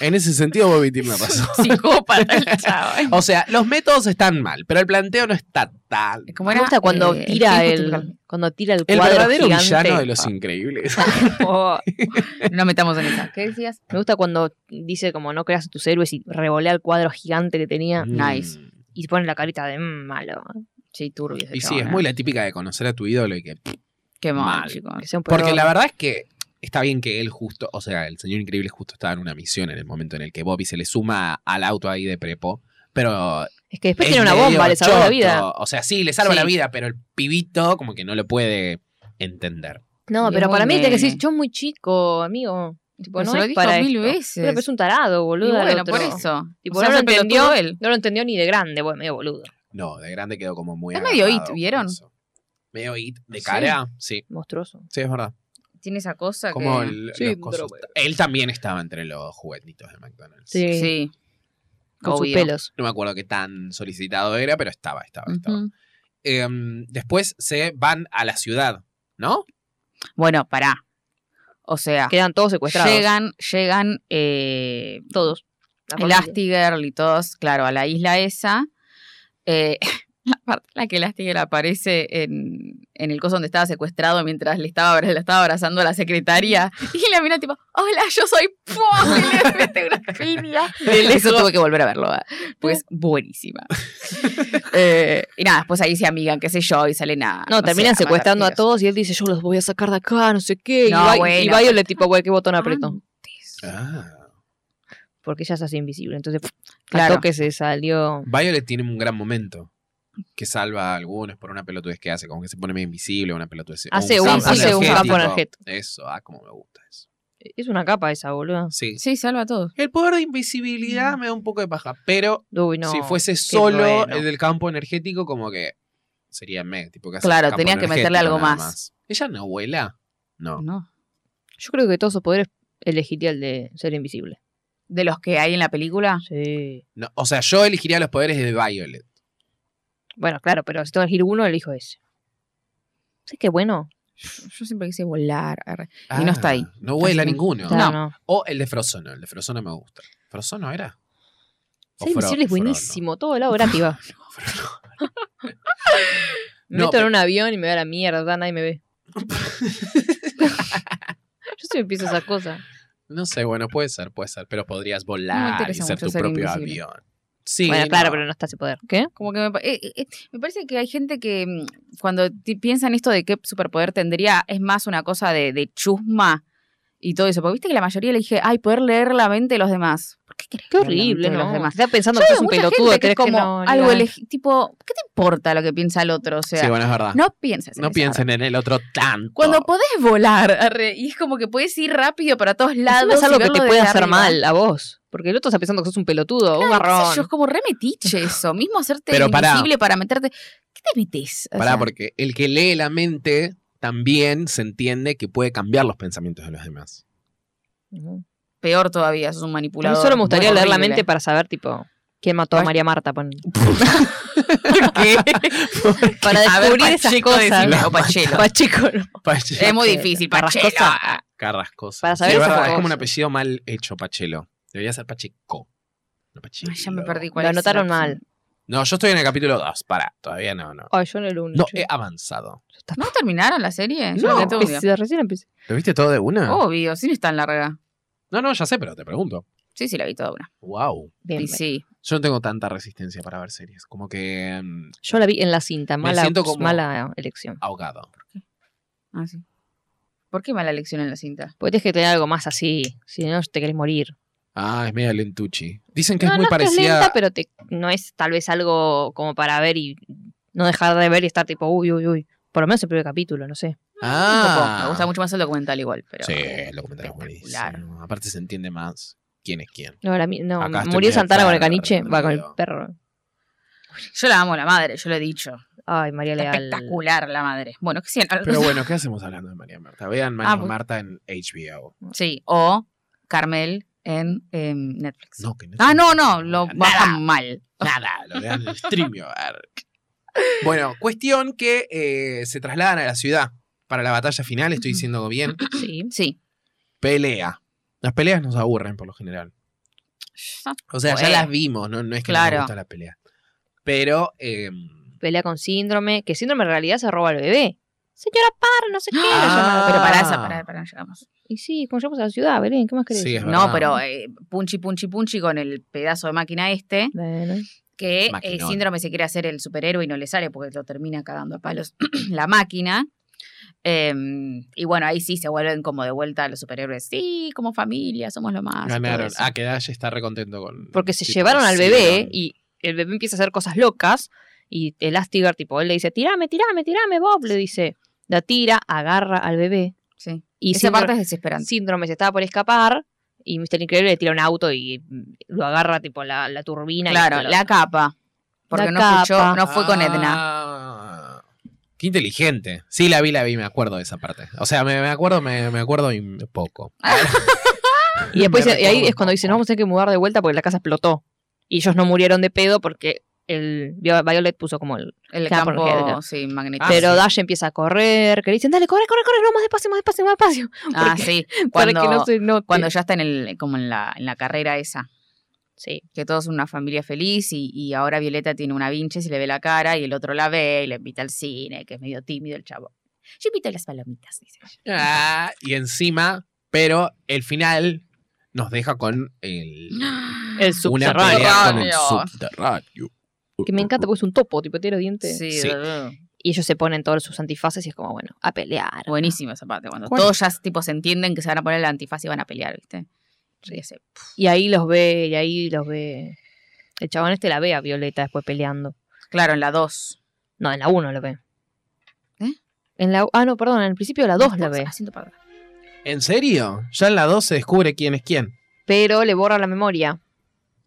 Speaker 1: En ese sentido, Bobby tiene razón.
Speaker 3: Psicópata el chabón.
Speaker 1: O sea, los métodos están mal, pero el planteo no está tan.
Speaker 3: Como
Speaker 2: Me
Speaker 3: era,
Speaker 2: gusta cuando
Speaker 3: eh,
Speaker 2: tira
Speaker 3: Hijo
Speaker 2: el,
Speaker 3: Tucal.
Speaker 2: cuando tira el
Speaker 1: El
Speaker 2: cuadro
Speaker 1: verdadero
Speaker 2: gigante.
Speaker 1: villano de los increíbles.
Speaker 2: Oh,
Speaker 3: No metamos en esa. ¿Qué decías?
Speaker 2: me gusta cuando dice como no creas a tus héroes y revolea el cuadro gigante que tenía
Speaker 3: Nice.
Speaker 1: Mm.
Speaker 2: y pone la carita de "Mm, malo.
Speaker 3: Sí, turbio. ese
Speaker 1: Y sí,
Speaker 3: chabón,
Speaker 1: es
Speaker 3: ¿eh?
Speaker 1: muy la típica de conocer a tu ídolo y que
Speaker 3: Qué mal,
Speaker 1: mal.
Speaker 3: chicos.
Speaker 2: que sea un
Speaker 1: Porque
Speaker 2: perro.
Speaker 1: la verdad es que está bien que él justo, o sea, el señor increíble justo estaba en una misión en el momento en el que Bobby se le suma al auto ahí de prepo, pero...
Speaker 2: es que después
Speaker 1: es
Speaker 2: Pues tiene una
Speaker 1: medio
Speaker 2: bomba, le salvó la
Speaker 1: choto.
Speaker 2: vida.
Speaker 1: O sea, sí, le salva
Speaker 3: Sí.
Speaker 1: la vida, pero el pibito como que no lo puede entender.
Speaker 2: No,
Speaker 3: Y es
Speaker 2: pero
Speaker 3: muy
Speaker 2: para mí tiene que decir,
Speaker 3: nene.
Speaker 2: yo muy chico, amigo. Tipo,
Speaker 3: Pero
Speaker 2: no
Speaker 3: se lo
Speaker 2: es
Speaker 3: dijo
Speaker 2: para
Speaker 3: mil
Speaker 2: esto.
Speaker 3: veces.
Speaker 2: Pero es un tarado,
Speaker 3: Y
Speaker 2: boludo. al
Speaker 3: bueno,
Speaker 2: otro.
Speaker 3: por eso.
Speaker 2: Tipo,
Speaker 3: O sea,
Speaker 2: no lo
Speaker 3: se pelotudo
Speaker 2: entendió
Speaker 3: él.
Speaker 2: No lo entendió ni de grande, bueno, medio boludo.
Speaker 1: No, de grande quedó como muy...
Speaker 3: Es medio
Speaker 1: agarrado
Speaker 3: it,
Speaker 1: con
Speaker 3: ¿vieron?
Speaker 1: eso. Medio it, de
Speaker 3: Sí.
Speaker 1: cara, sí.
Speaker 2: Monstruoso.
Speaker 1: Sí, es verdad.
Speaker 3: Tiene esa cosa
Speaker 1: Como
Speaker 3: que...
Speaker 1: el- los
Speaker 2: Sí,
Speaker 1: cosos-
Speaker 2: pero-
Speaker 1: Él también estaba entre los juguetitos de McDonald's.
Speaker 2: Sí.
Speaker 3: Sí.
Speaker 2: Con sus
Speaker 3: Obvio.
Speaker 2: pelos.
Speaker 1: No me acuerdo qué tan solicitado era, pero estaba, estaba, estaba.
Speaker 3: Ujú.
Speaker 1: Em, después se van a la ciudad, ¿no?
Speaker 3: Bueno, pará. O sea,
Speaker 2: Quedan todos secuestrados.
Speaker 3: llegan, llegan eh,
Speaker 2: todos. La familia.
Speaker 3: Elastigirl y todos, claro, a la isla esa. Eh, la parte en la que Elastigirl aparece en, en el coso donde estaba secuestrado mientras le estaba, abra- la estaba abrazando a la secretaria. Y la mira tipo, hola, yo soy Paul. Y le mete una piña. Eso tuve que volver a verlo, ¿eh? pues buenísima. Eh, y nada, después ahí se amigan, qué sé yo, y salen a...
Speaker 2: No,
Speaker 3: sé,
Speaker 2: terminan
Speaker 3: a matar
Speaker 2: secuestrando a
Speaker 3: tiros.
Speaker 2: todos y él dice, yo los voy a sacar de acá, no sé qué.
Speaker 3: No,
Speaker 2: y,
Speaker 3: bueno,
Speaker 2: Violet
Speaker 3: pero- Ah.
Speaker 2: tipo, güey, qué botón apretó.
Speaker 3: Antes.
Speaker 1: Ah.
Speaker 2: Porque ella se hace invisible. Entonces,
Speaker 3: Claro.
Speaker 2: claro que se salió.
Speaker 1: Violet tiene un gran momento que salva a algunos por una pelotudez que hace, como que se pone medio invisible, una pelotudez. o
Speaker 2: Hace
Speaker 3: un-
Speaker 1: campo
Speaker 3: hace un
Speaker 1: energético.
Speaker 2: campo energético.
Speaker 1: Eso, ah, como me gusta eso.
Speaker 2: Es una capa esa, boludo.
Speaker 1: Sí.
Speaker 3: Sí, salva a todos.
Speaker 1: El poder de invisibilidad me da un poco de paja, pero
Speaker 2: Uy, no.
Speaker 1: si fuese solo
Speaker 3: bueno.
Speaker 1: el del campo energético, como que sería me, tipo que hace
Speaker 3: Claro,
Speaker 1: campo
Speaker 3: tenía que meterle
Speaker 1: energético
Speaker 3: algo
Speaker 1: nada
Speaker 3: más.
Speaker 1: Ella no vuela. No.
Speaker 3: No.
Speaker 2: Yo creo que todos sus poderes elegiría el de ser invisible.
Speaker 3: De los que hay en la película.
Speaker 2: Sí.
Speaker 1: No, O sea, yo elegiría los poderes de Violet.
Speaker 2: Bueno, claro, pero si tengo que elegir uno, elijo ese. ¿Sabes qué bueno?
Speaker 3: Yo siempre quise volar. arre. Y no está ahí.
Speaker 1: Ah, No vuela
Speaker 3: Así que-
Speaker 1: ninguno.
Speaker 2: Claro, no.
Speaker 1: O el de Frozono, el de Frozono me gusta. ¿Frozono era? O Fro-
Speaker 2: Ser invisible es
Speaker 1: Frono.
Speaker 2: buenísimo. Todo el lado gratis va. Me
Speaker 1: No,
Speaker 2: meto
Speaker 1: pero-
Speaker 2: en un avión y me va a la mierda, nadie me ve. Yo siempre pienso esas cosas.
Speaker 1: No sé, bueno, puede ser, puede ser, pero podrías
Speaker 3: No me
Speaker 1: volar y
Speaker 3: interesa
Speaker 1: ser
Speaker 3: mucho
Speaker 1: tu
Speaker 3: ser
Speaker 1: propio
Speaker 3: invisible.
Speaker 1: avión. Sí,
Speaker 2: bueno,
Speaker 1: no.
Speaker 2: claro, pero no está ese poder. ¿Qué?
Speaker 3: Como que me, pa- eh, eh, eh, me parece que hay gente que mm, cuando ti- piensa en esto de qué superpoder tendría, es más una cosa de, de chusma y todo eso. Porque viste que la mayoría le dije, ay, poder leer la mente de los demás. ¿Por qué querés
Speaker 2: Qué
Speaker 3: leer la
Speaker 2: horrible,
Speaker 3: mente de
Speaker 2: ¿no?
Speaker 3: los demás?
Speaker 2: Estás pensando
Speaker 3: Yo
Speaker 2: que
Speaker 3: veo
Speaker 2: sos un
Speaker 3: mucha
Speaker 2: pelotudo,
Speaker 3: gente que
Speaker 2: crees
Speaker 3: es
Speaker 2: que
Speaker 3: como
Speaker 2: no-
Speaker 3: algo
Speaker 2: no-
Speaker 3: elegi- tipo, ¿qué te importa lo que piensa el otro? O sea,
Speaker 1: Sí, bueno, es verdad. No,
Speaker 3: no pienses en eso.
Speaker 1: piensen en el otro tanto.
Speaker 3: Cuando podés volar, arre, y es como que podés ir rápido para todos lados.
Speaker 2: Encima es
Speaker 3: y
Speaker 2: algo que
Speaker 3: verlo
Speaker 2: te puede
Speaker 3: desde
Speaker 2: hacer
Speaker 3: arriba.
Speaker 2: mal a vos. Porque el otro está pensando que sos un pelotudo, un
Speaker 3: Ay, qué sé
Speaker 2: garrón.
Speaker 3: yo, es como remetiche eso. Mismo hacerte
Speaker 1: Pero pará.
Speaker 3: invisible para meterte. ¿Qué te metes? O
Speaker 1: Pará,
Speaker 3: sea,
Speaker 1: porque el que lee la mente también se entiende que puede cambiar los pensamientos de los demás.
Speaker 2: Ujú.
Speaker 3: Peor todavía, sos
Speaker 2: A
Speaker 3: un
Speaker 2: mí
Speaker 3: manipulador.
Speaker 2: solo me gustaría
Speaker 3: Bueno,
Speaker 2: leer la
Speaker 3: horrible.
Speaker 2: mente para saber, tipo, quién mató a
Speaker 1: Ay.
Speaker 2: María Marta. ponele.
Speaker 1: Porque
Speaker 2: Para
Speaker 3: A ver,
Speaker 2: descubrir esas
Speaker 3: Pacheco,
Speaker 2: cosas.
Speaker 3: decime, o Pachelo.
Speaker 2: Pacheco, no.
Speaker 1: Pache-
Speaker 3: Es muy
Speaker 2: Pachelo.
Speaker 3: difícil,
Speaker 2: Carrascosa.
Speaker 3: Pachelo.
Speaker 1: Carrascosa.
Speaker 2: Para saber
Speaker 1: Sí, es
Speaker 2: esas
Speaker 1: verdad, es
Speaker 2: cosas.
Speaker 1: como un apellido mal hecho, Pachelo. Debería ser Pacheco. No, Pachelo.
Speaker 3: Ay, ya me perdí cuál
Speaker 2: Lo
Speaker 3: es el
Speaker 2: anotaron
Speaker 3: opción.
Speaker 2: mal.
Speaker 1: No, yo estoy en el capítulo 2. Pará, todavía no, no.
Speaker 2: Ay, yo no el uno.
Speaker 1: No,
Speaker 2: che.
Speaker 1: he avanzado.
Speaker 3: ¿No terminaron la serie? Yo
Speaker 1: No.
Speaker 3: la tengo que
Speaker 2: Empecé- recién empecé.
Speaker 1: ¿Lo viste todo de una?
Speaker 3: Obvio, sí no es tan larga.
Speaker 1: No, no, ya sé, pero te pregunto.
Speaker 3: Sí, sí, la vi toda una.
Speaker 1: Wow.
Speaker 2: Bien,
Speaker 3: y
Speaker 2: bien.
Speaker 3: sí.
Speaker 1: Yo no tengo tanta resistencia para ver series. Como que mm,
Speaker 2: Yo la vi en la cinta.
Speaker 1: Me
Speaker 2: Mala,
Speaker 1: siento como-
Speaker 2: mala elección.
Speaker 1: ahogado.
Speaker 3: Ah, sí. ¿Por qué mala elección en la cinta?
Speaker 2: Porque tienes que tener algo más así. Si no, te querés morir.
Speaker 1: Ah, es media lentucci. Dicen que
Speaker 2: no,
Speaker 1: es muy
Speaker 2: no que
Speaker 1: parecida.
Speaker 2: Es lenta, pero te- no es tal vez algo como para ver y no dejar de ver y estar tipo, uy, uy, uy. Por lo menos el primer capítulo, no sé.
Speaker 3: Un
Speaker 1: Ah,
Speaker 3: poco. Me gusta mucho más el documental igual, pero.
Speaker 1: Sí, el documental es
Speaker 3: espectacular.
Speaker 1: buenísimo. Aparte se entiende más quién es quién.
Speaker 2: No, la mi- no,
Speaker 1: Acá estoy
Speaker 2: murió
Speaker 1: medio
Speaker 2: Santana con el
Speaker 1: perro,
Speaker 2: caniche, va con el
Speaker 1: medio-
Speaker 2: perro.
Speaker 3: Yo la amo la madre, yo lo he dicho.
Speaker 2: Ay, María Leal.
Speaker 3: Espectacular la madre. Bueno, que sí, no-
Speaker 1: Pero bueno, ¿qué hacemos hablando de María Marta? Vean María
Speaker 3: Ah, pues-
Speaker 1: Marta en HBO.
Speaker 3: sí. O Carmel en em, Netflix.
Speaker 1: No, que no.
Speaker 3: Ah, no, no, lo
Speaker 1: nada,
Speaker 3: bajan mal.
Speaker 1: nada, lo vean en el streamio. Bueno, cuestión que eh, se trasladan a la ciudad para la batalla final, estoy diciendo bien.
Speaker 2: Sí.
Speaker 3: Sí.
Speaker 1: Pelea. Las peleas nos aburren por lo general.
Speaker 2: Ah,
Speaker 1: O sea, ya
Speaker 3: Bueno.
Speaker 1: las vimos, no, no es que
Speaker 3: Claro.
Speaker 1: nos gusta la pelea. Pero em,
Speaker 2: Pelea con síndrome, que síndrome en realidad se roba al bebé. Señora Parra, no sé qué. lo llama.
Speaker 1: Ah.
Speaker 3: Pero para esa, para, para, llegamos.
Speaker 2: Y sí, como llegamos a la ciudad, Belén, ¿qué más querés?
Speaker 1: Sí, es
Speaker 3: No,
Speaker 1: verdad.
Speaker 3: pero eh, punchi, punchi, punchi con el pedazo de máquina este,
Speaker 2: Bueno.
Speaker 3: que el
Speaker 1: Maquinón.
Speaker 3: síndrome se quiere hacer el superhéroe y no le sale porque lo termina cagando a palos la máquina. Em, y bueno, ahí sí se vuelven como de vuelta a los superhéroes. Sí, como familia, somos lo más. y todo
Speaker 1: ganaron.
Speaker 3: eso.
Speaker 1: Ah, que Dash está recontento con.
Speaker 2: Porque se
Speaker 1: tipo,
Speaker 2: llevaron al
Speaker 1: sí,
Speaker 2: bebé
Speaker 1: no.
Speaker 2: y el bebé empieza a hacer cosas locas y Elastigirl, tipo, él le dice, tirame, tirame, tirame, Bob, le dice. La tira, agarra al bebé
Speaker 3: Sí.
Speaker 2: y
Speaker 3: Esa
Speaker 2: síndrome-
Speaker 3: parte es desesperante.
Speaker 2: síndrome se estaba por escapar y Mr. Increíble le tira un auto y mm, lo agarra tipo la, la turbina. y
Speaker 3: Claro,
Speaker 2: explota.
Speaker 3: la capa. Porque
Speaker 2: La
Speaker 3: no escuchó,
Speaker 2: capa.
Speaker 3: no fue con Edna.
Speaker 1: Edna. Ah, Qué inteligente. Sí, la vi, la vi, me acuerdo de esa parte. O sea, me, me acuerdo, me, me acuerdo y me- poco.
Speaker 2: y después
Speaker 1: me
Speaker 2: y ahí
Speaker 1: recuerdo
Speaker 2: es cuando dice, no, vamos a tener que mudar de vuelta porque la casa explotó. Y ellos no murieron de pedo porque el Vio- Violet puso como el...
Speaker 3: El
Speaker 2: Claro,
Speaker 3: campo,
Speaker 2: porque Edna.
Speaker 3: Ah, sí, magnético.
Speaker 2: Pero Dash empieza a correr, que le dicen, dale, corre, corre, corre, no, más despacio, más despacio, más despacio.
Speaker 3: ah,
Speaker 2: porque-
Speaker 3: sí.
Speaker 2: para que no
Speaker 3: Cuando,
Speaker 2: se note.
Speaker 3: cuando ya está en, el, como en, la, en la carrera esa.
Speaker 2: Sí.
Speaker 3: Que todos son una familia feliz y, y ahora Violeta tiene una vinche, se le ve la cara y el otro la ve y le invita al cine, que es medio tímido el chavo. Yo invito a las palomitas, dice.
Speaker 1: Ah, y encima, pero el final nos deja con el,
Speaker 3: ¡Ah!
Speaker 1: una
Speaker 2: El subterráneo.
Speaker 1: pelea con el
Speaker 3: Subterráneo.
Speaker 1: subterráneo.
Speaker 2: Que me encanta porque es un topo, tipo, tiene los dientes.
Speaker 3: Sí,
Speaker 1: Sí.
Speaker 2: Y ellos se ponen todos sus antifaces y es como, bueno, a pelear.
Speaker 3: buenísimo esa parte. Cuando
Speaker 1: ¿Cuál?
Speaker 3: todos ya tipo, se entienden que se van a poner la antifaz y van a pelear, ¿viste? Sí, ese.
Speaker 2: Y ahí los ve, y ahí los ve. El chabón este la ve a Violeta después peleando.
Speaker 3: Claro, en la 2.
Speaker 2: No, en la 1 lo ve.
Speaker 3: ¿Eh?
Speaker 2: En la, ah, no, perdón, en el principio de la 2 la ve.
Speaker 3: Haciendo para-
Speaker 1: ¿En serio? Ya en la 2 se descubre quién es quién.
Speaker 2: Pero le borra la memoria.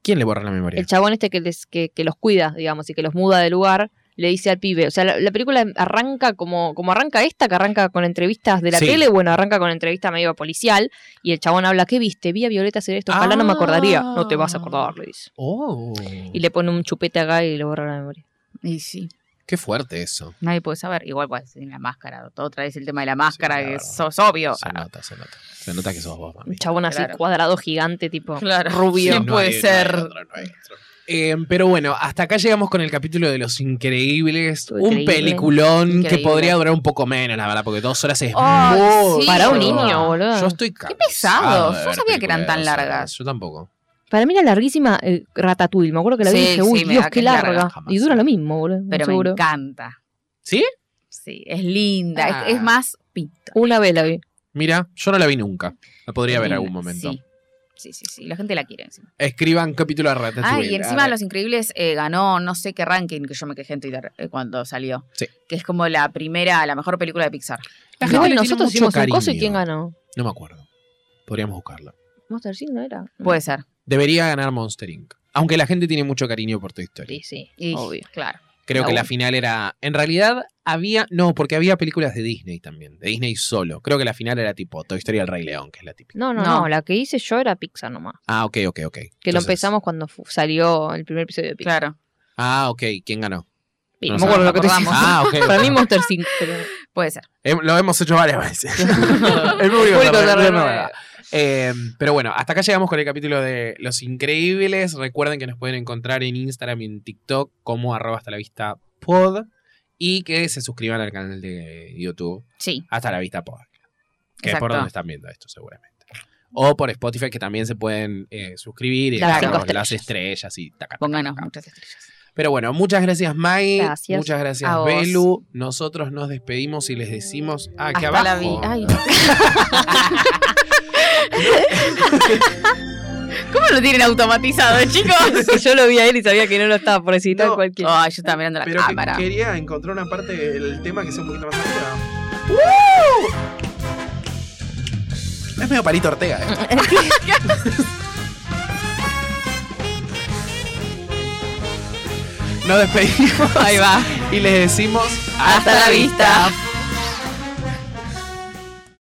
Speaker 1: ¿Quién le borra la memoria?
Speaker 2: El chabón este que, les, que, que los cuida, digamos, y que los muda de lugar, le dice al pibe. O sea, la, la película arranca como, como arranca esta, que arranca con entrevistas de la
Speaker 1: Sí.
Speaker 2: tele. Bueno, arranca con entrevista medio policial. Y el chabón habla, ¿qué viste? Vi a Violeta hacer esto. Ojalá no me acordaría. No te vas a acordar, le dice.
Speaker 1: Oh,
Speaker 2: Y le pone un chupete acá y le borra la memoria.
Speaker 3: Y sí,
Speaker 1: qué fuerte eso.
Speaker 3: nadie puede saber. Igual pues sin la máscara. Otra vez el tema de la máscara,
Speaker 1: la
Speaker 3: que
Speaker 1: verdad.
Speaker 3: sos obvio.
Speaker 2: ah.
Speaker 1: Se nota, se nota. Se nota que sos vos, mami.
Speaker 2: Un chabón así
Speaker 3: Claro.
Speaker 2: cuadrado gigante, tipo.
Speaker 3: Claro.
Speaker 2: Rubio.
Speaker 3: ¿Quién
Speaker 1: Sí, no
Speaker 3: puede
Speaker 1: hay- no hay
Speaker 3: ser?
Speaker 1: otro, no hay otro. Eh, pero bueno, hasta acá llegamos con el capítulo de Los Increíbles.
Speaker 2: Increíble.
Speaker 1: Un peliculón que
Speaker 3: Increíble.
Speaker 1: podría durar un poco menos, la verdad, porque dos horas es
Speaker 3: Ay,
Speaker 1: mucho.
Speaker 3: sí.
Speaker 2: Para un niño, boludo.
Speaker 1: Yo estoy cansado.
Speaker 3: pesado.
Speaker 1: de
Speaker 3: Yo
Speaker 1: ver
Speaker 3: sabía que eran
Speaker 1: películas
Speaker 3: tan
Speaker 1: de dos horas.
Speaker 3: largas.
Speaker 1: Yo tampoco.
Speaker 2: Para mí era larguísima eh, Ratatouille. Me acuerdo que la vi y
Speaker 3: Sí,
Speaker 2: dije,
Speaker 3: sí,
Speaker 2: uy,
Speaker 3: me
Speaker 2: Dios,
Speaker 3: da
Speaker 2: qué
Speaker 3: que es
Speaker 2: larga.
Speaker 3: larga,
Speaker 1: jamás.
Speaker 2: Y dura lo mismo, boludo.
Speaker 3: Pero
Speaker 2: seguro.
Speaker 3: me encanta.
Speaker 1: ¿Sí?
Speaker 3: Sí, es linda. es-
Speaker 1: Ah.
Speaker 3: Es, más pito.
Speaker 2: Una vez la vi.
Speaker 1: Mira, yo no la vi nunca. La podría ver
Speaker 3: Linda,
Speaker 1: algún momento.
Speaker 3: Sí. sí, sí, sí. La gente la quiere encima.
Speaker 1: Escriban capítulo de
Speaker 3: Ah,
Speaker 1: Ratatouille.
Speaker 3: y encima
Speaker 1: Ah,
Speaker 3: Los Increíbles eh, ganó no sé qué ranking que yo me quejé en Twitter eh, cuando salió.
Speaker 1: Sí.
Speaker 3: Que es como la primera, la mejor película de Pixar.
Speaker 1: la gente
Speaker 2: Igual
Speaker 1: le tiene
Speaker 2: nosotros
Speaker 1: mucho
Speaker 2: hicimos un coso y
Speaker 1: cariño.
Speaker 2: ¿quién ganó?
Speaker 1: No me acuerdo. Podríamos buscarlo.
Speaker 2: Monster Inc. no era.
Speaker 3: Puede ser.
Speaker 1: Debería ganar Monster Inc. Aunque la gente tiene mucho cariño por Toy Story.
Speaker 2: Sí, sí,
Speaker 3: Y-
Speaker 2: obvio.
Speaker 3: Claro.
Speaker 1: Creo
Speaker 2: Ah,
Speaker 1: que la
Speaker 2: bueno.
Speaker 1: final era. En realidad había. No, porque había películas de Disney también. De Disney solo. Creo que la final era tipo Toy Story El Rey León, que es la típica.
Speaker 2: No, no, no,
Speaker 3: No.
Speaker 2: La que hice yo era Pixar nomás.
Speaker 1: Ah, ok, ok, ok.
Speaker 2: Que lo
Speaker 1: Entonces-
Speaker 2: empezamos cuando fu- salió el primer episodio de Pixar.
Speaker 3: Claro.
Speaker 1: Ah, ok. ¿Quién ganó?
Speaker 2: Y
Speaker 1: No
Speaker 2: me
Speaker 1: sé,
Speaker 2: acuerdo
Speaker 1: no
Speaker 2: lo que te
Speaker 3: acordamos.
Speaker 2: hicimos.
Speaker 1: Ah, ok.
Speaker 2: Para mí Monster Inc. pero-
Speaker 3: Puede ser.
Speaker 1: Hem- Lo hemos hecho varias veces. El público
Speaker 2: público
Speaker 1: se
Speaker 2: se
Speaker 1: renueva.
Speaker 2: renueva.
Speaker 1: Eh, pero bueno, hasta acá llegamos con el capítulo de Los Increíbles. Recuerden que nos pueden encontrar en Instagram y en TikTok como arroba hasta la vista pod y que se suscriban al canal de YouTube
Speaker 3: Sí.
Speaker 1: hasta la vista pod. Que es por
Speaker 3: Exacto.
Speaker 1: donde están viendo esto seguramente. O por Spotify que también se pueden eh, suscribir y
Speaker 2: Claro.
Speaker 1: dejarnos
Speaker 2: Cinco
Speaker 1: las estrellas y taca, taca,
Speaker 3: Pónganos
Speaker 1: taca.
Speaker 3: muchas estrellas.
Speaker 1: Pero bueno, muchas gracias Maggie.
Speaker 2: Gracias.
Speaker 1: Muchas gracias
Speaker 3: A vos.
Speaker 1: Belu. Nosotros nos despedimos y les decimos ah, que
Speaker 3: Hasta
Speaker 1: abajo.
Speaker 3: la vi- Ay, no. ¿Cómo lo tienen automatizado, chicos?
Speaker 2: Que yo lo vi a él y sabía que no lo estaba por decir tal
Speaker 1: No.
Speaker 2: cualquiera.
Speaker 3: Ay, yo estaba mirando la
Speaker 1: Pero que
Speaker 3: cámara.
Speaker 1: quería encontrar una parte del tema que sea un poquito más arriba. Es medio Parito Ortega, eh. Nos despedimos
Speaker 3: Ahí va.
Speaker 1: y les decimos
Speaker 3: Hasta la vista.